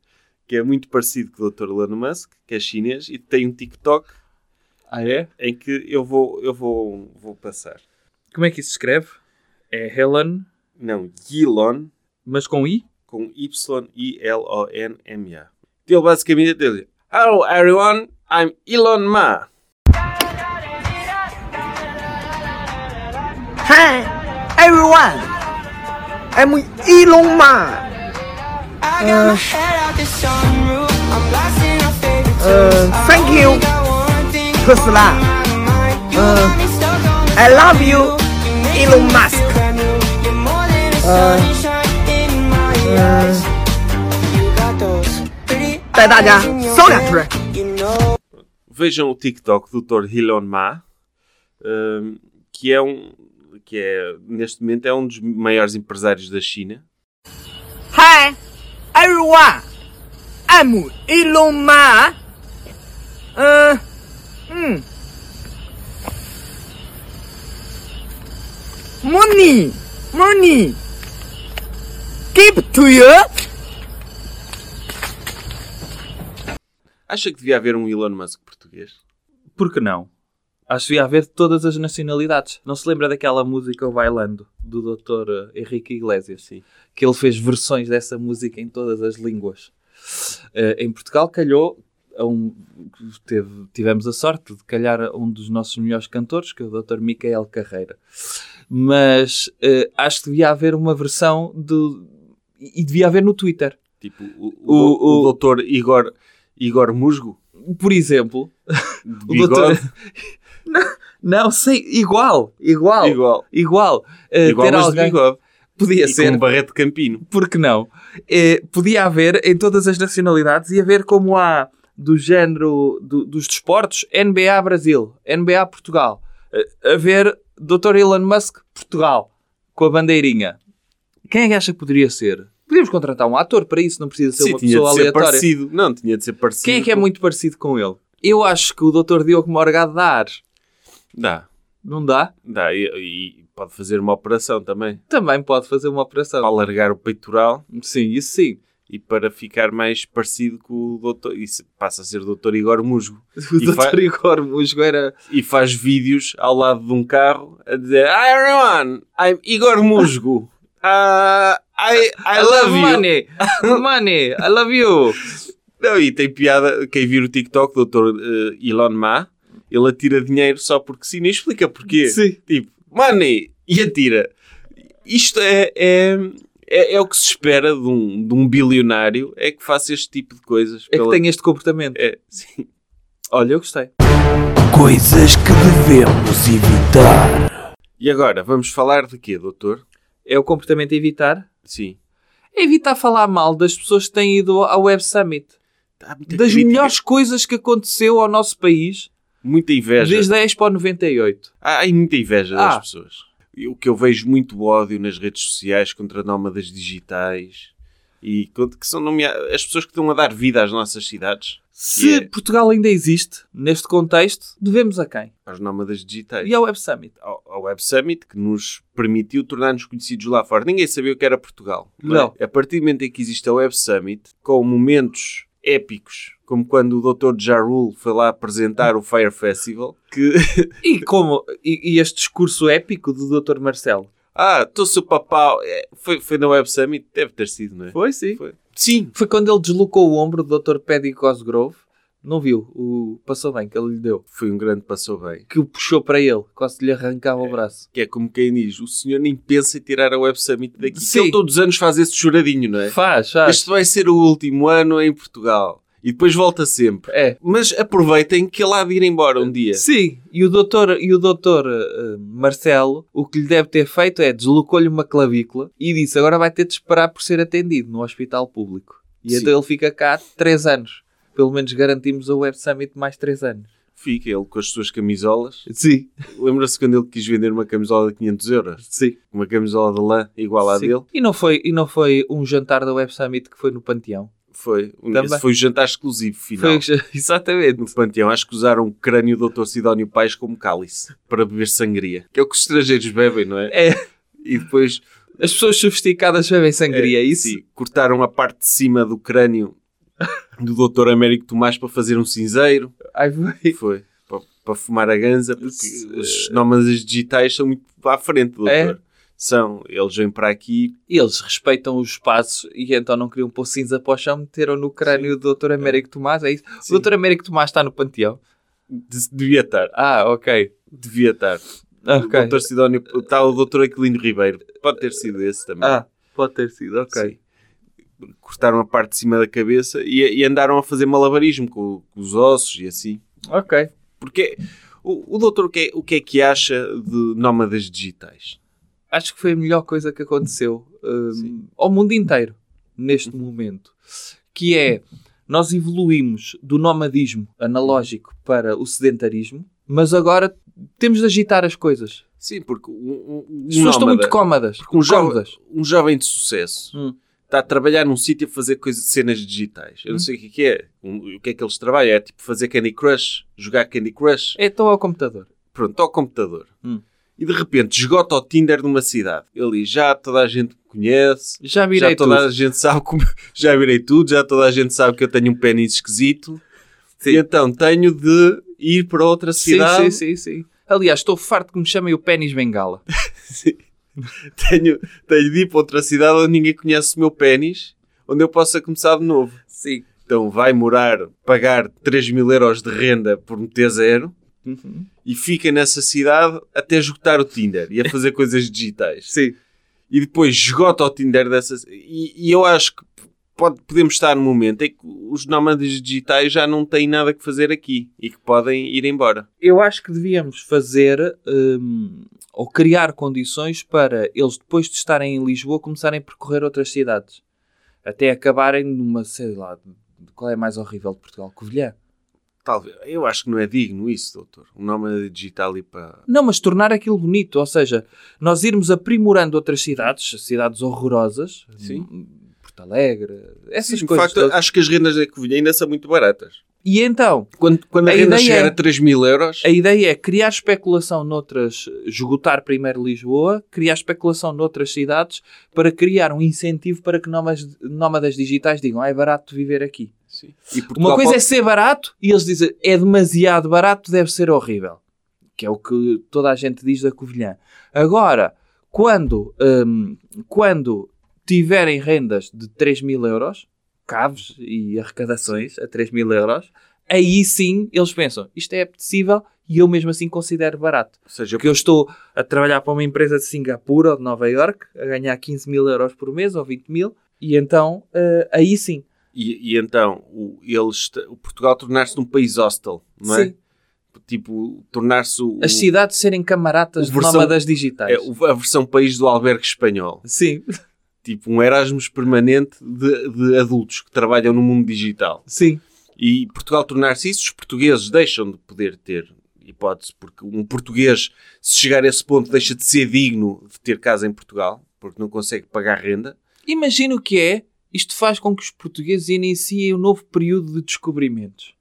[SPEAKER 3] que é muito parecido com o doutor Elon Musk, que é chinês, e tem um TikTok
[SPEAKER 4] Ah, é?
[SPEAKER 3] em que eu vou, eu vou, vou passar.
[SPEAKER 4] Como é que isso se escreve? É Helen,
[SPEAKER 3] Não, Elon
[SPEAKER 4] mas com I?
[SPEAKER 3] com Y-I-L-O-N-M-A. Então, Ele basicamente diz: Hello everyone, I'm Elon Ma.
[SPEAKER 5] Hi, everyone. I'm Elon Musk.
[SPEAKER 6] I got my head out the sunroof. I'm blasting our favorite tunes.
[SPEAKER 5] Uh,
[SPEAKER 6] I
[SPEAKER 5] thank
[SPEAKER 6] only
[SPEAKER 5] you,
[SPEAKER 6] got one thing
[SPEAKER 5] Tesla.
[SPEAKER 6] on my mind. You
[SPEAKER 5] Uh,
[SPEAKER 6] got me stuck on
[SPEAKER 5] I love you,
[SPEAKER 6] you make
[SPEAKER 5] Elon
[SPEAKER 6] me
[SPEAKER 5] Musk. Uh,
[SPEAKER 6] feel brand new. You're more than a sunshine in my eyes. You got those pretty
[SPEAKER 5] 带大家
[SPEAKER 6] eyes in your
[SPEAKER 5] 搜两只。
[SPEAKER 6] head. You know
[SPEAKER 3] Vejam o TikTok do Dr. Elon Ma, hum, que é um que é neste momento é um dos maiores empresários da China.
[SPEAKER 5] Hi, everyone. I'm Elon Musk. Uh, mm. Money, money. Give to you.
[SPEAKER 3] Acha que devia haver um Elon Musk português?
[SPEAKER 4] Por que não? Acho que ia haver de todas as nacionalidades. Não se lembra daquela música O Bailando, do Dr. Henrique Iglesias?
[SPEAKER 3] Sim.
[SPEAKER 4] Que ele fez versões dessa música em todas as línguas. Eh, em Portugal calhou, a um- teve- tivemos a sorte de calhar a um dos nossos melhores cantores, que é o Dr. Micael Carreira. Mas eh, acho que devia haver uma versão do... E e devia haver no Twitter.
[SPEAKER 3] Tipo o, o,
[SPEAKER 4] O-
[SPEAKER 3] o Dr. Igor Igor Musgo?
[SPEAKER 4] Por exemplo...
[SPEAKER 3] De
[SPEAKER 4] o doutor-
[SPEAKER 3] bigode?
[SPEAKER 4] Não, sei, igual, igual, igual,
[SPEAKER 3] Igual.
[SPEAKER 4] eh,
[SPEAKER 3] Igual,
[SPEAKER 4] ter
[SPEAKER 3] mas de
[SPEAKER 4] alguém,
[SPEAKER 3] bigode.
[SPEAKER 4] podia
[SPEAKER 3] E com
[SPEAKER 4] ser,
[SPEAKER 3] um barrete campino.
[SPEAKER 4] porque não? Eh, podia haver em todas as nacionalidades e haver como há do género do- dos desportos, NBA Brasil, NBA Portugal, eh, haver Dr. Elon Musk Portugal, com a bandeirinha. Quem é que acha que poderia ser? Podíamos contratar um ator para isso, não precisa ser
[SPEAKER 3] Sim,
[SPEAKER 4] uma
[SPEAKER 3] tinha de
[SPEAKER 4] pessoa
[SPEAKER 3] ser
[SPEAKER 4] aleatória.
[SPEAKER 3] parecido. Não, tinha de ser parecido.
[SPEAKER 4] Quem é que é
[SPEAKER 3] com-
[SPEAKER 4] muito parecido com ele? Eu acho que o Dr. Diogo Morgado dá ar.
[SPEAKER 3] Dá.
[SPEAKER 4] Não dá?
[SPEAKER 3] Dá, e, e pode fazer uma operação também.
[SPEAKER 4] Também pode fazer uma operação.
[SPEAKER 3] Para alargar o peitoral.
[SPEAKER 4] Sim, isso sim.
[SPEAKER 3] e para ficar mais parecido com o doutor. E se- passa a ser doutor Igor Musgo.
[SPEAKER 4] O
[SPEAKER 3] E fa-
[SPEAKER 4] Dr. Igor Musgo era.
[SPEAKER 3] E faz vídeos ao lado de um carro a dizer Hi everyone, I'm Igor Musgo. Ah, I, I love you.
[SPEAKER 4] money! money! I love you!
[SPEAKER 3] Não, e tem piada, quem vir o TikTok, doutor eh, Elon Ma, ele atira dinheiro só porque sim, nem explica porquê.
[SPEAKER 4] Sim.
[SPEAKER 3] Tipo, money! E atira. Isto é, é, é, é o que se espera de um, de um bilionário, é que faça este tipo de coisas.
[SPEAKER 4] É que
[SPEAKER 3] pela-
[SPEAKER 4] tem este comportamento.
[SPEAKER 3] é, sim.
[SPEAKER 4] Olha, eu gostei.
[SPEAKER 1] Coisas que devemos evitar.
[SPEAKER 3] E agora, vamos falar de quê, doutor?
[SPEAKER 4] É o comportamento a evitar.
[SPEAKER 3] Sim.
[SPEAKER 4] É evitar falar mal das pessoas que têm ido ao Web Summit.
[SPEAKER 3] Há muita
[SPEAKER 4] Tá Das
[SPEAKER 3] crítica,
[SPEAKER 4] melhores coisas que aconteceu ao nosso país
[SPEAKER 3] Muita inveja.
[SPEAKER 4] desde a Expo 98.
[SPEAKER 3] Há, há muita inveja
[SPEAKER 4] Ah.
[SPEAKER 3] das pessoas. E O que eu vejo muito ódio nas redes sociais contra nómadas digitais e contra- que são nomea- as pessoas que estão a dar vida às nossas cidades,
[SPEAKER 4] Se
[SPEAKER 3] é-
[SPEAKER 4] Portugal ainda existe neste contexto, devemos a quem?
[SPEAKER 3] aos nómadas digitais.
[SPEAKER 4] E ao Web Summit.
[SPEAKER 3] Ao, ao Web Summit que nos permitiu tornar-nos conhecidos lá fora. Ninguém sabia o que era Portugal. é?
[SPEAKER 4] Não.
[SPEAKER 3] A partir do momento em que existe a Web Summit, com momentos épicos, como quando o Dr. Jarul foi lá apresentar o Fire Festival, que
[SPEAKER 4] E como e, e este discurso épico do Dr. Marcelo?
[SPEAKER 3] Ah, estou seu papau. É, foi, foi na Web Summit? Deve ter sido, não é?
[SPEAKER 4] Foi sim.
[SPEAKER 3] Foi. Sim.
[SPEAKER 4] Foi quando ele deslocou o ombro do Dr. Paddy Cosgrove. Não viu o passou bem que ele lhe deu.
[SPEAKER 3] Foi um grande passou bem.
[SPEAKER 4] Que o puxou para ele, quase lhe arrancava o braço.
[SPEAKER 3] Que é como quem diz, o senhor nem pensa em tirar a Web Summit daqui.
[SPEAKER 4] Sim.
[SPEAKER 3] Que ele todos os anos faz esse choradinho, não é?
[SPEAKER 4] Faz, faz.
[SPEAKER 3] Este vai ser o último ano em Portugal. E depois volta sempre.
[SPEAKER 4] É.
[SPEAKER 3] Mas aproveitem que ele há de ir embora um dia.
[SPEAKER 4] Sim, e o doutor, e o doutor eh, Marcelo, o que lhe deve ter feito é deslocou-lhe uma clavícula e disse agora vai ter de esperar por ser atendido no hospital público. E
[SPEAKER 3] Sim.
[SPEAKER 4] então ele fica cá 3 anos. Pelo menos garantimos o Web Summit mais 3 anos.
[SPEAKER 3] Fica ele com as suas camisolas.
[SPEAKER 4] Sim,
[SPEAKER 3] Lembra-se quando ele quis vender uma camisola de 500 euros?
[SPEAKER 4] sim.
[SPEAKER 3] Uma camisola de lã igual à
[SPEAKER 4] Sim.
[SPEAKER 3] dele?
[SPEAKER 4] E não, foi, e não foi um jantar da Web Summit que foi no Panteão?
[SPEAKER 3] Foi.
[SPEAKER 4] Também.
[SPEAKER 3] Esse foi o jantar exclusivo final.
[SPEAKER 4] Foi, exatamente.
[SPEAKER 3] no Panteão. Acho que usaram o crânio do Dr. Sidónio Paes como cálice para beber sangria. Que é o que os estrangeiros bebem, não é?
[SPEAKER 4] É,
[SPEAKER 3] E depois
[SPEAKER 4] as pessoas sofisticadas bebem sangria, é isso?
[SPEAKER 3] sim, cortaram a parte de cima do crânio do Dr. Américo Tomás para fazer um cinzeiro.
[SPEAKER 4] Ai, foi.
[SPEAKER 3] Foi. Para, para fumar a ganza, porque
[SPEAKER 4] Se-
[SPEAKER 3] os nómadas digitais são muito à frente, doutor.
[SPEAKER 4] É?
[SPEAKER 3] São, eles vêm para aqui.
[SPEAKER 4] E eles respeitam os espaços e então não queriam pôr cinza para o chão, meteram no crânio do Dr. Américo Tomás, é isso?
[SPEAKER 3] Sim.
[SPEAKER 4] O é- Dr. Américo Tomás está no Panteão?
[SPEAKER 3] De- devia estar,
[SPEAKER 4] Ah, ok.
[SPEAKER 3] devia estar.
[SPEAKER 4] Ah, Ok.
[SPEAKER 3] O Dr. Sidónio, está o Dr. Aquilino Ribeiro. Pode ter sido esse também.
[SPEAKER 4] Ah, pode ter sido, ok.
[SPEAKER 3] Sim. Cortaram a parte de cima da cabeça e, e andaram a fazer malabarismo com, com os ossos e assim.
[SPEAKER 4] Ok.
[SPEAKER 3] Porque o, o doutor, o que, é, o que é que acha de nómadas digitais?
[SPEAKER 4] Acho que foi a melhor coisa que aconteceu hum, ao mundo inteiro, neste
[SPEAKER 3] Uhum.
[SPEAKER 4] momento. Que é, nós evoluímos do nomadismo analógico
[SPEAKER 3] Uhum.
[SPEAKER 4] para o sedentarismo, mas agora temos de agitar as coisas.
[SPEAKER 3] Sim, porque um, um, um
[SPEAKER 4] As pessoas estão
[SPEAKER 3] nómada,
[SPEAKER 4] muito cómodas.
[SPEAKER 3] um, jovem,
[SPEAKER 4] cómodas.
[SPEAKER 3] um jovem de sucesso
[SPEAKER 4] Hum.
[SPEAKER 3] está a trabalhar num sítio a fazer coisa, cenas digitais.
[SPEAKER 4] Hum.
[SPEAKER 3] Eu não sei o que é que é. Um- o que é que eles trabalham? É tipo fazer Candy Crush, jogar Candy Crush.
[SPEAKER 4] É, Então ao computador.
[SPEAKER 3] pronto, ao computador.
[SPEAKER 4] Hum.
[SPEAKER 3] E de repente esgota o Tinder numa cidade. Ele já toda a gente me conhece,
[SPEAKER 4] Já virei
[SPEAKER 3] já toda
[SPEAKER 4] tudo.
[SPEAKER 3] a gente sabe como já virei tudo, já toda a gente sabe que eu tenho um pênis esquisito. E então tenho de ir para outra cidade.
[SPEAKER 4] Sim, sim, sim, sim. Aliás, estou farto que me chamem o pênis bengala.
[SPEAKER 3] Tenho, tenho de ir para outra cidade onde ninguém conhece o meu pênis, onde eu possa começar de novo.
[SPEAKER 4] Sim.
[SPEAKER 3] Então vai morar, pagar 3 mil euros de renda por meter zero
[SPEAKER 4] Uhum.
[SPEAKER 3] e fica nessa cidade até esgotar o Tinder e a fazer coisas digitais.
[SPEAKER 4] Sim.
[SPEAKER 3] e depois esgota o Tinder dessas. E, e eu acho que pode, podemos estar num momento em que os nómadas digitais já não têm nada que fazer aqui e que podem ir embora.
[SPEAKER 4] Eu acho que devíamos fazer hum, ou criar condições para eles, depois de estarem em Lisboa, começarem a percorrer outras cidades. Até acabarem numa, sei lá, de- qual é a mais horrível de Portugal? Covilhã.
[SPEAKER 3] Talvez. Eu acho que não é digno isso, doutor. Um nómada digital ir para.
[SPEAKER 4] Não, mas tornar aquilo bonito, ou seja, nós irmos aprimorando outras cidades, cidades horrorosas.
[SPEAKER 3] Sim.
[SPEAKER 4] hum, Porto Alegre, essas
[SPEAKER 3] Sim, de
[SPEAKER 4] coisas.
[SPEAKER 3] facto,
[SPEAKER 4] todas.
[SPEAKER 3] acho que as rendas da Covilhã ainda são muito baratas.
[SPEAKER 4] E então,
[SPEAKER 3] Quando, quando a,
[SPEAKER 4] A
[SPEAKER 3] renda
[SPEAKER 4] ideia
[SPEAKER 3] chegar
[SPEAKER 4] é-
[SPEAKER 3] a 3 mil euros,
[SPEAKER 4] a ideia é criar especulação noutras, esgotar primeiro Lisboa, criar especulação noutras cidades para criar um incentivo para que nómadas, nómadas digitais digam, ah, é barato viver aqui.
[SPEAKER 3] Sim. E Portugal
[SPEAKER 4] Uma coisa é
[SPEAKER 3] pode-
[SPEAKER 4] ser barato e eles dizem é demasiado barato, deve ser horrível. Que é o que toda a gente diz da Covilhã. Agora, quando, hum, quando tiverem rendas de 3 mil euros, caves e arrecadações a 3 mil euros, aí sim eles pensam isto é apetecível e eu mesmo assim considero barato.
[SPEAKER 3] ou seja,
[SPEAKER 4] Porque eu estou a trabalhar para uma empresa de Singapura ou de Nova York a ganhar 15 mil euros por mês ou 20 mil e então eh, aí sim.
[SPEAKER 3] E, e então, o, eles, t- o Portugal tornar-se um país hostel, não é?
[SPEAKER 4] Sim.
[SPEAKER 3] Tipo, tornar-se o,
[SPEAKER 4] As cidades serem
[SPEAKER 3] o
[SPEAKER 4] camaradas de
[SPEAKER 3] versão-
[SPEAKER 4] nómadas digitais.
[SPEAKER 3] é, o- a versão país do albergue espanhol.
[SPEAKER 4] Sim,
[SPEAKER 3] Tipo, um Erasmus permanente de, de adultos que trabalham no mundo digital.
[SPEAKER 4] sim.
[SPEAKER 3] E Portugal tornar-se isso, os portugueses deixam de poder ter hipótese, porque um português, se chegar a esse ponto, deixa de ser digno de ter casa em Portugal, porque não consegue pagar renda.
[SPEAKER 4] Imagina o que é. Isto faz com que os portugueses iniciem um novo período de descobrimentos.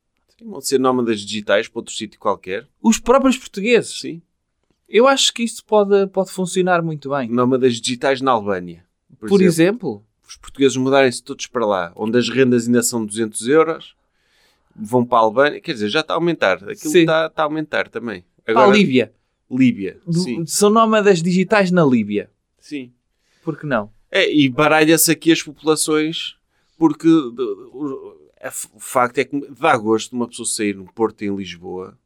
[SPEAKER 3] Vão ser nómadas digitais para outro sítio qualquer.
[SPEAKER 4] Os próprios portugueses.
[SPEAKER 3] Sim.
[SPEAKER 4] Eu acho que isto pode, pode funcionar muito bem.
[SPEAKER 3] Nómadas digitais na Albânia.
[SPEAKER 4] Por,
[SPEAKER 3] Hum, exemplo.
[SPEAKER 4] exemplo,
[SPEAKER 3] os portugueses mudarem-se todos para lá, onde as rendas ainda são 200 euros, vão para a Albânia, quer dizer, já está a aumentar, aquilo
[SPEAKER 4] Sim.
[SPEAKER 3] está, está a aumentar também.
[SPEAKER 4] para a Líbia.
[SPEAKER 3] Líbia,
[SPEAKER 4] Do-
[SPEAKER 3] sim,
[SPEAKER 4] São nómadas digitais na Líbia.
[SPEAKER 3] sim.
[SPEAKER 4] Por que não?
[SPEAKER 3] É, e baralha-se aqui as populações, porque de- de- o a f- o facto é que dá gosto de uma pessoa sair no Porto em Lisboa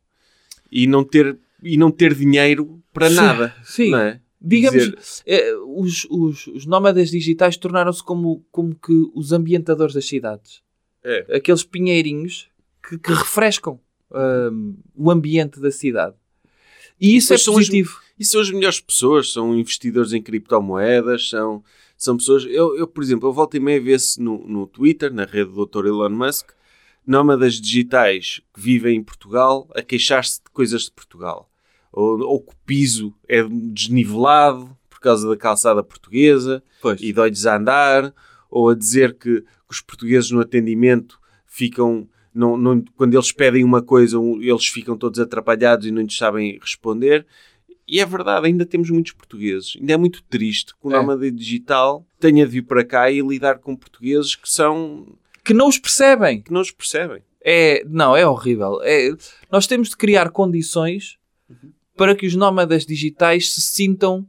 [SPEAKER 3] e não ter, e não ter dinheiro para
[SPEAKER 4] Sim,
[SPEAKER 3] nada,
[SPEAKER 4] Sim.
[SPEAKER 3] não é?
[SPEAKER 4] Digamos,
[SPEAKER 3] Dizer-
[SPEAKER 4] eh, os, os, os nómadas digitais tornaram-se como, como que os ambientadores das cidades.
[SPEAKER 3] É.
[SPEAKER 4] Aqueles pinheirinhos que, que refrescam ahm, o ambiente da cidade. E isso
[SPEAKER 3] Pois
[SPEAKER 4] é
[SPEAKER 3] são as-
[SPEAKER 4] positivo.
[SPEAKER 3] E são as melhores pessoas, são investidores em criptomoedas, são, são pessoas. Eu, eu, por exemplo, eu volto e meia a ver-se no, no Twitter, na rede do Dr. Elon Musk, nómadas digitais que vivem em Portugal a queixar-se de coisas de Portugal. Ou, ou que o piso é desnivelado por causa da calçada portuguesa
[SPEAKER 4] Pois.
[SPEAKER 3] e dói-lhes a andar, ou a dizer que, que os portugueses no atendimento ficam. Não, não- quando eles pedem uma coisa, um- eles ficam todos atrapalhados e não lhes sabem responder. E é verdade, ainda temos muitos portugueses. Ainda é muito triste que o
[SPEAKER 4] É.
[SPEAKER 3] nómada digital tenha de vir para cá e lidar com portugueses que são.
[SPEAKER 4] que não os percebem.
[SPEAKER 3] que não os percebem.
[SPEAKER 4] É, não, é horrível. É, nós temos de criar condições para que os nómadas digitais se sintam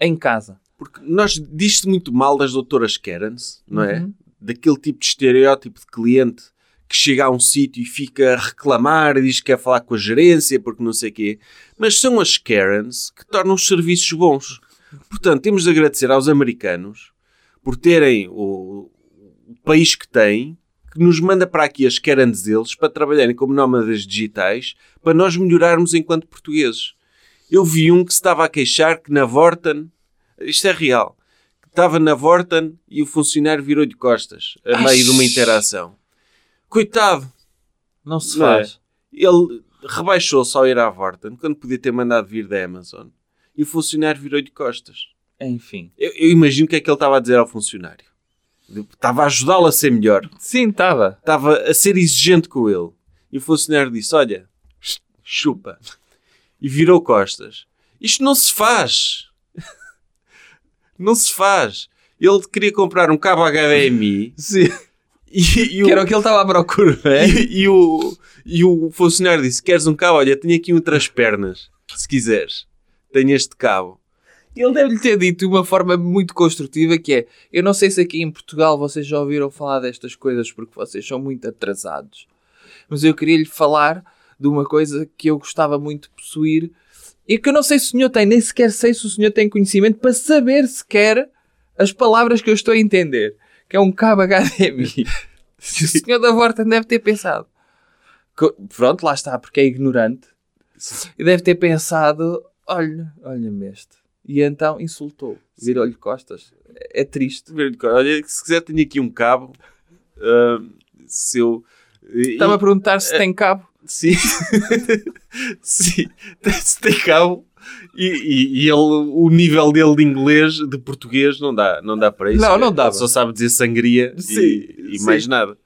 [SPEAKER 4] em casa.
[SPEAKER 3] Porque nós diz-se muito mal das doutoras Karens, não é?
[SPEAKER 4] Uhum.
[SPEAKER 3] Daquele tipo de estereótipo de cliente que chega a um sítio e fica a reclamar e diz que quer falar com a gerência porque não sei quê. Mas são as Karens que tornam os serviços bons. Portanto, temos de agradecer aos americanos por terem o, o país que têm, que nos manda para aqui as Karens deles para trabalharem como nómadas digitais, para nós melhorarmos enquanto portugueses. Eu vi um que se estava a queixar que na Vorten, isto é real, que estava na Vorten e o funcionário virou de costas, a
[SPEAKER 4] Ai,
[SPEAKER 3] meio de uma interação. Coitado,
[SPEAKER 4] Não se
[SPEAKER 3] Não é?
[SPEAKER 4] faz.
[SPEAKER 3] ele rebaixou-se ao ir à Vorten, quando podia ter mandado vir da Amazon, e o funcionário virou de costas.
[SPEAKER 4] Enfim.
[SPEAKER 3] Eu, eu imagino o que é que ele estava a dizer ao funcionário. Estava a ajudá-lo a ser melhor.
[SPEAKER 4] Sim, estava.
[SPEAKER 3] Estava a ser exigente com ele. E o funcionário disse: Olha, chupa. E virou costas. Isto não se faz. Não se faz. Ele queria comprar um cabo HDMI
[SPEAKER 4] Sim.
[SPEAKER 3] e, e
[SPEAKER 4] Que era o
[SPEAKER 3] o,
[SPEAKER 4] que ele estava à procura, não é?
[SPEAKER 3] e, e o, e o funcionário disse: Queres um cabo? Olha, tenho aqui um entre pernas. Se quiseres, tenho este cabo.
[SPEAKER 4] Ele deve-lhe ter dito de uma forma muito construtiva que é eu não sei se aqui em Portugal vocês já ouviram falar destas coisas porque vocês são muito atrasados. Mas eu queria lhe falar de uma coisa que eu gostava muito de possuir e que eu não sei se o senhor tem, nem sequer sei se o senhor tem conhecimento para saber sequer as palavras que eu estou a entender. Que é um cabo HDMI. o senhor da Vorta deve ter pensado. Co- Pronto, lá está, porque é ignorante. E deve ter pensado, olha, olha-me este. E então insultou. Virou-lhe costas. É é triste.
[SPEAKER 3] Primeiro, Olha, se quiser, tenho aqui um cabo. Ah, se eu. e- é
[SPEAKER 4] Estava a perguntar se tem cabo.
[SPEAKER 3] Sim. Sim. Se tem cabo, E, e- e ele, o nível dele de inglês, de português, não dá, não dá para isso.
[SPEAKER 4] Não, não
[SPEAKER 3] Ele
[SPEAKER 4] dava.
[SPEAKER 3] Só sabe dizer sangria e-
[SPEAKER 4] Sim,
[SPEAKER 3] e,
[SPEAKER 4] sim.
[SPEAKER 3] mais nada.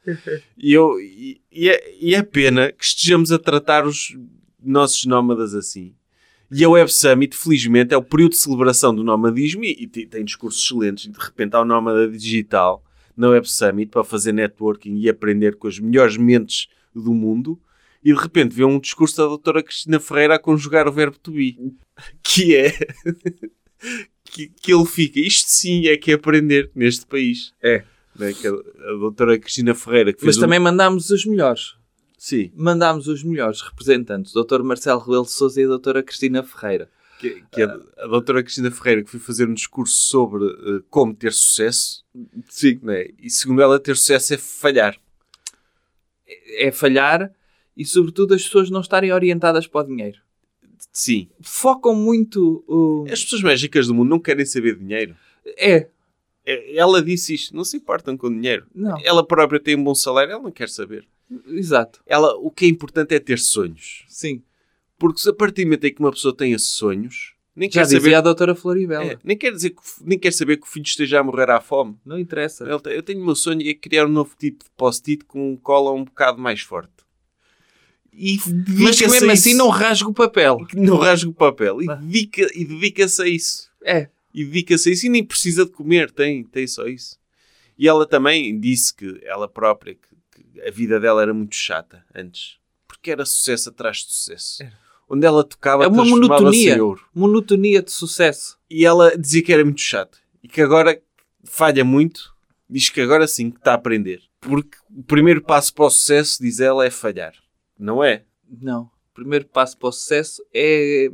[SPEAKER 3] E, eu, e, e é, e é pena que estejamos a tratar os nossos nómadas assim. E a Web Summit, felizmente, é o período de celebração do nomadismo e, e te- tem discursos excelentes. De repente há o nómada digital na Web Summit para fazer networking e aprender com as melhores mentes do mundo. E de repente vê um discurso da doutora Cristina Ferreira a conjugar o verbo to be. Que é... que, que ele fica... Isto sim é que é aprender neste país.
[SPEAKER 4] É.
[SPEAKER 3] Né, que a, a doutora Cristina Ferreira que fez
[SPEAKER 4] Mas
[SPEAKER 3] o-
[SPEAKER 4] também mandámos os melhores.
[SPEAKER 3] Sim.
[SPEAKER 4] Mandámos os melhores representantes, o Dr. Marcelo Rebelo de Souza e a Dra. Cristina Ferreira.
[SPEAKER 3] Que, que a, a doutora Cristina Ferreira que foi fazer um discurso sobre eh, como ter sucesso. Sim. E segundo ela, ter sucesso é falhar.
[SPEAKER 4] É falhar e, sobretudo, as pessoas não estarem orientadas para o dinheiro.
[SPEAKER 3] Sim.
[SPEAKER 4] Focam muito. o-
[SPEAKER 3] As pessoas mais ricas do mundo não querem saber de dinheiro.
[SPEAKER 4] É,
[SPEAKER 3] É- Ela disse isto. Não se importam com dinheiro.
[SPEAKER 4] não,
[SPEAKER 3] Ela própria tem um bom salário, ela não quer saber.
[SPEAKER 4] exato,
[SPEAKER 3] Ela, o que é importante é ter sonhos.
[SPEAKER 4] sim.
[SPEAKER 3] Porque se a partir do momento em que uma pessoa tem esses sonhos, nem
[SPEAKER 4] Já
[SPEAKER 3] quer
[SPEAKER 4] dizia
[SPEAKER 3] saber.
[SPEAKER 4] a Dra. Floribela.
[SPEAKER 3] É, nem quer dizer que, o f- nem quer saber que o filho esteja a morrer à fome.
[SPEAKER 4] Não interessa.
[SPEAKER 3] Ele tem- eu tenho o meu sonho é criar um novo tipo de post-it com um cola um bocado mais forte. E
[SPEAKER 4] Mas que
[SPEAKER 3] dedica-se
[SPEAKER 4] mesmo
[SPEAKER 3] a
[SPEAKER 4] assim
[SPEAKER 3] isso.
[SPEAKER 4] não rasga o papel.
[SPEAKER 3] Que não rasga o papel. E
[SPEAKER 4] Bah.
[SPEAKER 3] dedica- e dedica-se a isso.
[SPEAKER 4] É,
[SPEAKER 3] e dedica-se a isso e nem precisa de comer, tem, tem só isso. E ela também disse que ela própria, que, que a vida dela era muito chata antes, porque era sucesso atrás de sucesso. Onde ela tocava,
[SPEAKER 4] É uma
[SPEAKER 3] transformava-se
[SPEAKER 4] monotonia.
[SPEAKER 3] em ouro.
[SPEAKER 4] monotonia de sucesso.
[SPEAKER 3] E ela dizia que era muito chata e que agora falha muito, diz que agora sim que está a aprender. Porque o primeiro passo para o sucesso, diz ela, é falhar. Não é?
[SPEAKER 4] Não. O primeiro passo para o sucesso é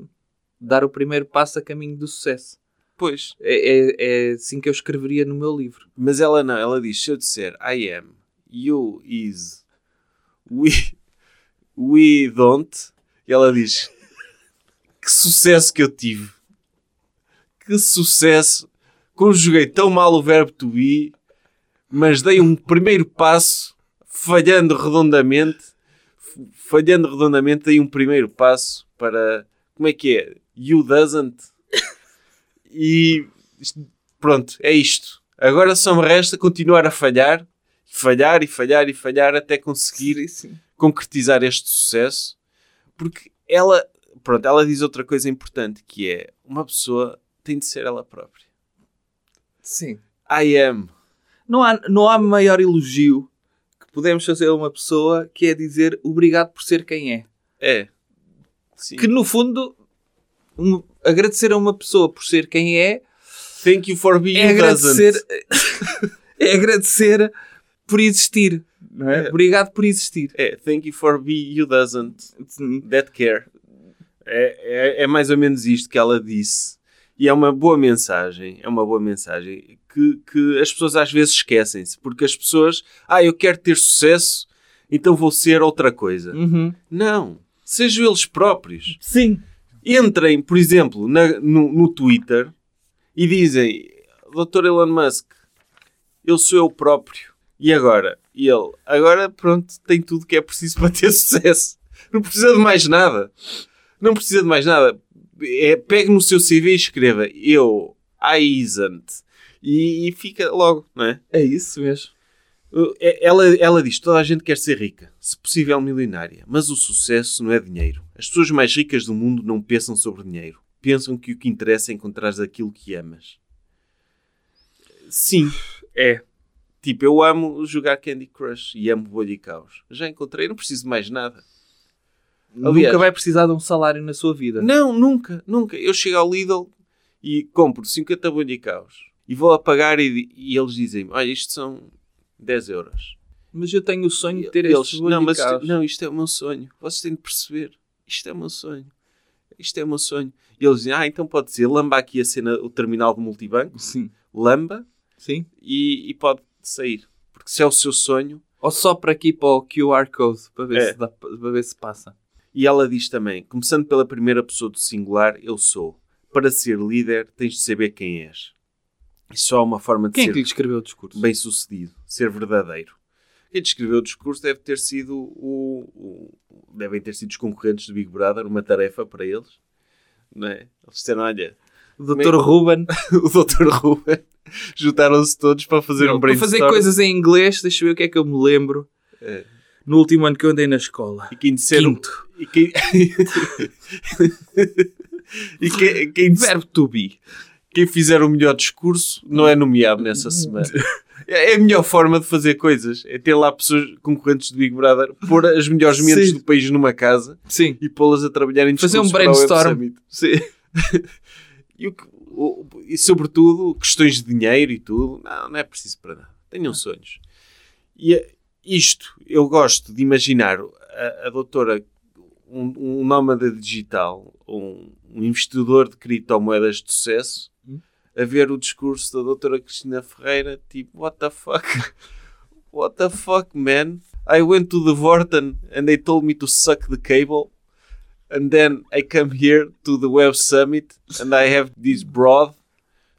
[SPEAKER 4] dar o primeiro passo a caminho do sucesso.
[SPEAKER 3] Pois.
[SPEAKER 4] É, é, é assim que eu escreveria no meu livro.
[SPEAKER 3] Mas ela não, ela diz: se eu disser I am, you is, we, we don't, e ela diz: que sucesso que eu tive! Que sucesso! Conjuguei tão mal o verbo to be, mas dei um primeiro passo, falhando redondamente, f- falhando redondamente, dei um primeiro passo para. Como é que é? You doesn't. E pronto, é isto. Agora só me resta continuar a falhar, falhar e falhar e falhar até conseguir concretizar este sucesso, porque ela, pronto, ela diz outra coisa importante que é uma pessoa tem de ser ela própria.
[SPEAKER 4] Sim.
[SPEAKER 3] I am.
[SPEAKER 4] Não há, não há maior elogio que podemos fazer a uma pessoa que é dizer obrigado por ser quem é.
[SPEAKER 3] É. Sim.
[SPEAKER 4] Que no fundo, um- agradecer a uma pessoa por ser quem é
[SPEAKER 3] Thank you for being
[SPEAKER 4] é agradecer,
[SPEAKER 3] doesn't.
[SPEAKER 4] é agradecer por existir. não é?
[SPEAKER 3] É.
[SPEAKER 4] Obrigado por existir.
[SPEAKER 3] É, thank you for being you doesn't. That care. É, é, é mais ou menos isto que ela disse. E é uma boa mensagem. É uma boa mensagem que, que as pessoas às vezes esquecem-se. Porque as pessoas. Ah, eu quero ter sucesso, então vou ser outra coisa.
[SPEAKER 4] Uhum.
[SPEAKER 3] Não. Sejam eles próprios.
[SPEAKER 4] Sim.
[SPEAKER 3] Entrem, por exemplo, na- no, no Twitter e dizem: Dr. Elon Musk, eu sou eu próprio. E agora? E ele? Agora, pronto, tem tudo que é preciso para ter sucesso. Não precisa de mais nada. Não precisa de mais nada. É, pegue no seu CV e escreva: Eu, I isn't. E, e fica logo, não é?
[SPEAKER 4] É isso mesmo.
[SPEAKER 3] Uh, é- Ela, ela diz: toda a gente quer ser rica, se possível milionária, mas o sucesso não é dinheiro. As pessoas mais ricas do mundo não pensam sobre dinheiro. Pensam que o que interessa é encontrar aquilo que amas. Sim, é. Tipo, eu amo jogar Candy Crush e amo bolha e caos. Já encontrei, não preciso de mais nada. Aliás-
[SPEAKER 4] Nunca vai precisar de um salário na sua vida.
[SPEAKER 3] Não, nunca, nunca. Eu chego ao Lidl e compro 50 bolhicaus e vou a pagar e, e eles dizem-me, olha, isto são 10 euros.
[SPEAKER 4] Mas eu tenho o sonho de ter
[SPEAKER 3] Eles,
[SPEAKER 4] estes
[SPEAKER 3] não, mas isto-
[SPEAKER 4] bolicaus.
[SPEAKER 3] não, isto é o meu sonho. Vocês têm de perceber. Isto é o meu sonho. Isto é o meu sonho. E eles dizem, ah, então pode ser, lamba aqui a cena, o terminal do multibanco,
[SPEAKER 4] Sim.
[SPEAKER 3] lamba
[SPEAKER 4] Sim.
[SPEAKER 3] e, e pode sair. Porque se é o seu sonho,
[SPEAKER 4] Ou só para aqui para o QR Code para ver,
[SPEAKER 3] É.
[SPEAKER 4] se, dá- para ver se passa.
[SPEAKER 3] E ela diz também: começando pela primeira pessoa do singular, eu sou. Para ser líder, tens de saber quem és. E só há uma forma de
[SPEAKER 4] Quem é
[SPEAKER 3] ser
[SPEAKER 4] que lhe escreveu o discurso?
[SPEAKER 3] bem sucedido, ser verdadeiro. Quem descreveu o discurso deve ter sido o, o- Devem ter sido os concorrentes do Big Brother, uma tarefa para eles. não é? Eles disseram, olha,
[SPEAKER 4] O Dr. Ruben.
[SPEAKER 3] o Dr. Ruben juntaram-se todos para fazer um
[SPEAKER 4] Para fazer
[SPEAKER 3] brainstorm. É.
[SPEAKER 4] coisas em inglês, deixa eu ver o que é que eu me lembro. No último ano que eu andei na escola.
[SPEAKER 3] E quem disseram...
[SPEAKER 4] Quinto.
[SPEAKER 3] E quem... e quem, quem, disse-
[SPEAKER 4] Verbo to be.
[SPEAKER 3] quem fizer o melhor discurso não é nomeado nessa semana. É a melhor forma de fazer coisas. É ter lá pessoas concorrentes do Big Brother, pôr as melhores mentes
[SPEAKER 4] Sim.
[SPEAKER 3] do país numa casa
[SPEAKER 4] Sim.
[SPEAKER 3] e pô-las a trabalhar em
[SPEAKER 4] Fazer um
[SPEAKER 3] discursos para o Web Summit.
[SPEAKER 4] brainstorm. Sim.
[SPEAKER 3] E, o que- o- e sobretudo questões de dinheiro e tudo, não, não é preciso para nada. Tenham sonhos. E eh, isto, eu gosto de imaginar a, a doutora, um, um nómada digital, um, um investidor de criptomoedas de sucesso,
[SPEAKER 4] Hum?
[SPEAKER 3] a ver o discurso da doutora Cristina Ferreira, tipo, what the fuck? What the fuck, man? I went to the Vorten and they told me to suck the cable. and then I come here to the Web Summit and I have this broad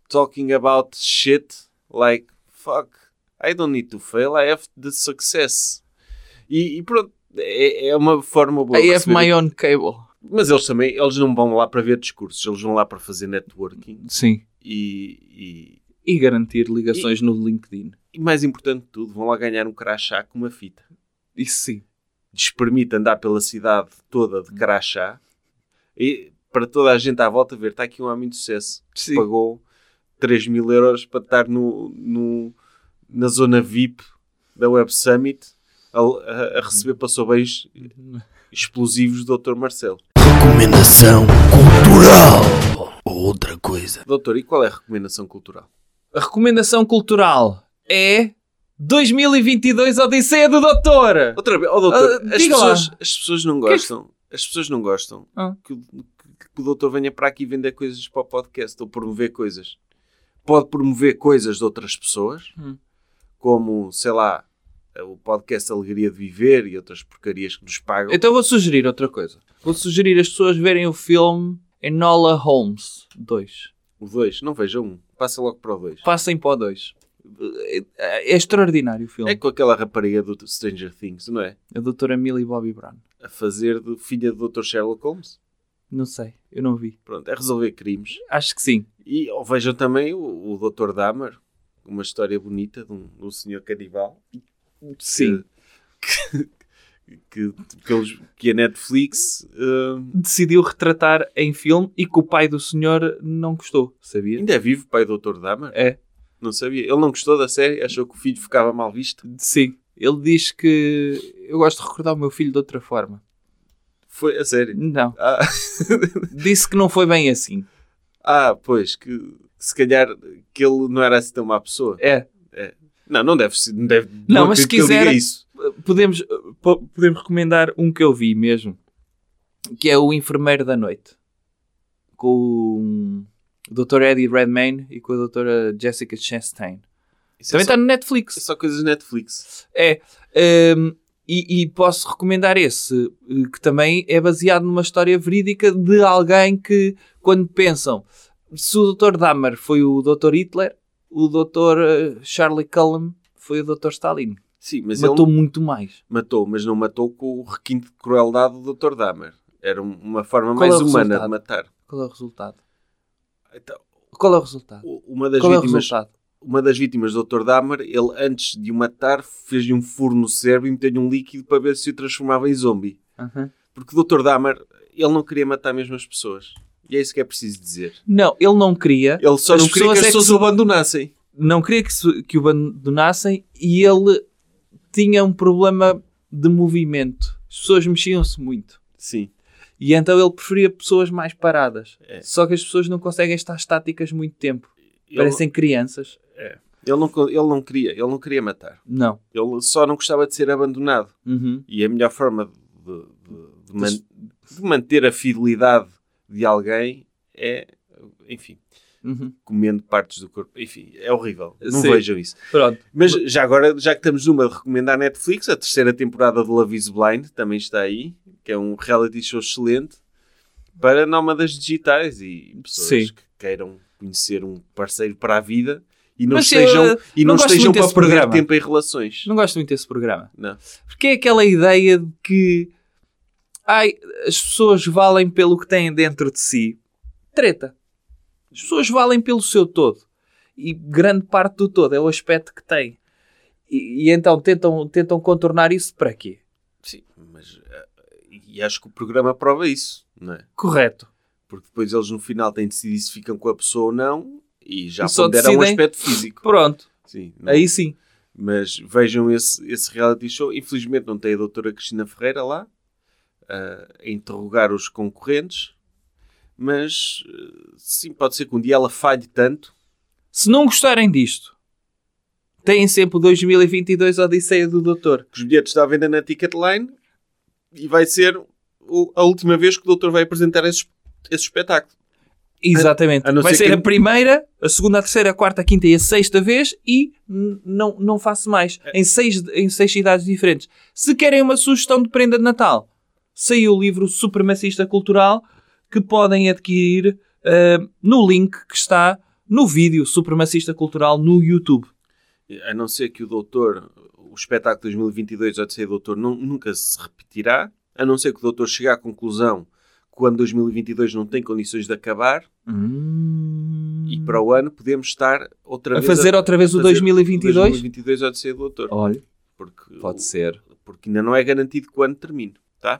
[SPEAKER 3] talking about shit like fuck. I don't need to fail. I have the success. E, e pronto, é, é uma forma boa. de
[SPEAKER 4] I have
[SPEAKER 3] perceber.
[SPEAKER 4] my own cable.
[SPEAKER 3] Mas eles também, eles não vão lá para ver discursos, eles vão lá para fazer networking
[SPEAKER 4] Sim.
[SPEAKER 3] e,
[SPEAKER 4] E garantir ligações no LinkedIn.
[SPEAKER 3] e, e mais importante de tudo, vão lá ganhar um crachá com uma fita.
[SPEAKER 4] Isso sim.
[SPEAKER 3] lhes permite andar pela cidade toda de crachá e para toda a gente à volta ver, está aqui um homem de sucesso
[SPEAKER 4] Sim.
[SPEAKER 3] pagou 3 mil euros para estar no, no- na zona VIP da Web Summit a, a- a receber passou-bens explosivos do Dr. Marcelo.
[SPEAKER 1] Recomendação cultural. Outra coisa.
[SPEAKER 3] Doutor, e qual é a recomendação cultural?
[SPEAKER 4] A recomendação cultural é 2022 Odisseia do Doutor.
[SPEAKER 3] Outra vez, oh, doutor,
[SPEAKER 4] Ah,
[SPEAKER 3] as,
[SPEAKER 4] diga lá.
[SPEAKER 3] pessoas, as pessoas não
[SPEAKER 4] é que-
[SPEAKER 3] gostam, as pessoas não gostam
[SPEAKER 4] Ah.
[SPEAKER 3] que, o- que- que o doutor venha para aqui vender coisas para o podcast ou promover coisas. Pode promover coisas de outras pessoas,
[SPEAKER 4] Hum.
[SPEAKER 3] como, sei lá, o podcast Alegria de Viver e outras porcarias que nos pagam.
[SPEAKER 4] Então vou sugerir outra coisa. Vou sugerir as pessoas verem o filme Enola Holmes 2.
[SPEAKER 3] O 2, não veja um, passa logo para o 2.
[SPEAKER 4] Passem para o 2. É, é- é extraordinário o filme.
[SPEAKER 3] É com aquela rapariga do Stranger Things, não é?
[SPEAKER 4] A doutora Millie Bobby Brown.
[SPEAKER 3] A fazer de filha do Dr. Sherlock Holmes.
[SPEAKER 4] Não sei, eu não vi.
[SPEAKER 3] Pronto, é resolver crimes.
[SPEAKER 4] Acho que sim.
[SPEAKER 3] E ou vejam também o, o Dr. Dahmer, uma história bonita de um, de um senhor canibal.
[SPEAKER 4] Sim.
[SPEAKER 3] Que, que, pelos- que a Netflix eh,
[SPEAKER 4] Decidiu retratar em filme e que o pai do senhor não gostou, sabia?
[SPEAKER 3] ainda é vivo, o pai do Dr. Dahmer.
[SPEAKER 4] É,
[SPEAKER 3] Não sabia. Ele não gostou da série, achou que o filho ficava mal visto.
[SPEAKER 4] sim. Ele diz que eu gosto de recordar o meu filho de outra forma.
[SPEAKER 3] Foi a série.
[SPEAKER 4] Não.
[SPEAKER 3] Ah,
[SPEAKER 4] Disse que não foi bem assim.
[SPEAKER 3] ah, pois, que se calhar que ele não era assim tão má pessoa.
[SPEAKER 4] É,
[SPEAKER 3] Não, não deve ser. Não, deve,
[SPEAKER 4] Não,
[SPEAKER 3] não
[SPEAKER 4] mas se
[SPEAKER 3] acredito que ele
[SPEAKER 4] quiser-
[SPEAKER 3] diga isso.
[SPEAKER 4] podemos, uh, po- podemos recomendar um que eu vi mesmo, que é o Enfermeiro da Noite, com o Dr. Eddie Redmayne e com a Dra. Jessica Chastain.
[SPEAKER 3] Isso
[SPEAKER 4] Também
[SPEAKER 3] é, só,
[SPEAKER 4] está no
[SPEAKER 3] é
[SPEAKER 4] Netflix.
[SPEAKER 3] só coisas Netflix.
[SPEAKER 4] É. ehm, e, e posso recomendar esse, eh, que também é baseado numa história verídica de alguém que, quando pensam, se o Dr. Dahmer foi o Dr. Hitler, o Dr. eh, Charlie Cullum foi o Dr. Stalin.
[SPEAKER 3] Sim, mas ele-
[SPEAKER 4] Matou muito mais.
[SPEAKER 3] Matou, mas não matou com o requinte de crueldade do Dr. Dahmer. Era um- uma forma
[SPEAKER 4] Qual é
[SPEAKER 3] mais
[SPEAKER 4] o
[SPEAKER 3] humana
[SPEAKER 4] resultado?
[SPEAKER 3] de matar.
[SPEAKER 4] Qual é o resultado?
[SPEAKER 3] Então,
[SPEAKER 4] Qual é o resultado?
[SPEAKER 3] u- uma, das
[SPEAKER 4] Qual é o
[SPEAKER 3] vítimas,
[SPEAKER 4] resultado?
[SPEAKER 3] uma das vítimas do Dr. Dahmer, ele antes de o matar, fez-lhe um furo no cérebro e meteu-lhe um líquido para ver se o transformava em zombie.
[SPEAKER 4] Aham.
[SPEAKER 3] Porque o Dr. Dahmer, ele não queria matar mesmo as pessoas. E é isso que é preciso dizer.
[SPEAKER 4] Não, ele não queria.
[SPEAKER 3] Ele só
[SPEAKER 4] As
[SPEAKER 3] não queria que
[SPEAKER 4] pessoas
[SPEAKER 3] as
[SPEAKER 4] é que
[SPEAKER 3] pessoas
[SPEAKER 4] se-
[SPEAKER 3] o abandonassem.
[SPEAKER 4] Não queria que, se- que o abandonassem e ele tinha um problema de movimento. As pessoas mexiam-se muito.
[SPEAKER 3] Sim.
[SPEAKER 4] E então ele preferia pessoas mais paradas.
[SPEAKER 3] É.
[SPEAKER 4] Só que as pessoas não conseguem estar estáticas muito tempo.
[SPEAKER 3] Ele,
[SPEAKER 4] Parecem crianças.
[SPEAKER 3] ele não, co- ele não queria, ele não queria matar.
[SPEAKER 4] Não.
[SPEAKER 3] Ele só não gostava de ser abandonado.
[SPEAKER 4] Uhum.
[SPEAKER 3] E a melhor forma de, de- de man- de manter a fidelidade de alguém é, enfim,
[SPEAKER 4] Uhum.
[SPEAKER 3] comendo partes do corpo. Enfim, é horrível. Não
[SPEAKER 4] Sim.
[SPEAKER 3] vejam isso.
[SPEAKER 4] Pronto.
[SPEAKER 3] Mas já agora, já que estamos numa de recomendar a Netflix, a terceira temporada de Love is Blind também está aí, que é um reality show excelente para nómadas digitais e pessoas
[SPEAKER 4] Sim.
[SPEAKER 3] que queiram conhecer um parceiro para a vida e não
[SPEAKER 4] Mas eu,
[SPEAKER 3] estejam, e
[SPEAKER 4] não
[SPEAKER 3] não
[SPEAKER 4] gosto
[SPEAKER 3] estejam
[SPEAKER 4] muito
[SPEAKER 3] para
[SPEAKER 4] desse
[SPEAKER 3] perder
[SPEAKER 4] programa.
[SPEAKER 3] tempo em relações.
[SPEAKER 4] Não gosto muito desse programa.
[SPEAKER 3] Não.
[SPEAKER 4] Porque é aquela ideia de que ai, as pessoas valem pelo que têm dentro de si treta. As pessoas valem pelo seu todo. E grande parte do todo é o aspecto que tem. E, e então tentam, tentam contornar isso para quê?
[SPEAKER 3] Sim, mas eh, e acho que o programa prova isso, não é?
[SPEAKER 4] Correto.
[SPEAKER 3] Porque depois eles no final têm de decidir se ficam com a pessoa ou não e já
[SPEAKER 4] E só
[SPEAKER 3] ponderam o
[SPEAKER 4] decidem-
[SPEAKER 3] aspecto físico.
[SPEAKER 4] Pronto.
[SPEAKER 3] Sim, não- é?
[SPEAKER 4] Aí sim.
[SPEAKER 3] mas vejam esse, esse reality show. Infelizmente não tem a doutora Cristina Ferreira lá ah, a interrogar os concorrentes, mas eh, sim, pode ser que um dia ela falhe tanto.
[SPEAKER 4] Se não gostarem disto, têm sempre o 2022 Odisseia do Doutor.
[SPEAKER 3] que os bilhetes está à venda na Ticketline e vai ser o- a última vez que o doutor vai apresentar esse, esse espetáculo.
[SPEAKER 4] Exatamente.
[SPEAKER 3] a não
[SPEAKER 4] Vai
[SPEAKER 3] ser
[SPEAKER 4] ser
[SPEAKER 3] que-
[SPEAKER 4] a primeira, a segunda, a terceira, a quarta, a quinta e a sexta vez e n- não, não faço mais.
[SPEAKER 3] É.
[SPEAKER 4] Em seis, em seis cidades diferentes. Se querem uma sugestão de prenda de Natal, saiu o livro Supremacista Cultural que podem adquirir ah, no link que está no vídeo Supremacista Cultural no YouTube.
[SPEAKER 3] A não ser que o doutor, o espetáculo 2022 Odisseia do Doutor não, nunca se repetirá, a não ser que o doutor chegue à conclusão que o ano 2022 não tem condições de acabar e para o ano podemos estar outra
[SPEAKER 4] Hum. A
[SPEAKER 3] vez
[SPEAKER 4] fazer outra vez o
[SPEAKER 3] fazer
[SPEAKER 4] 2022?
[SPEAKER 3] 2022 Odisseia do Doutor.
[SPEAKER 4] Olha,
[SPEAKER 3] Porque,
[SPEAKER 4] Oh, pode ser.
[SPEAKER 3] porque ainda não é garantido que o ano termine, tá?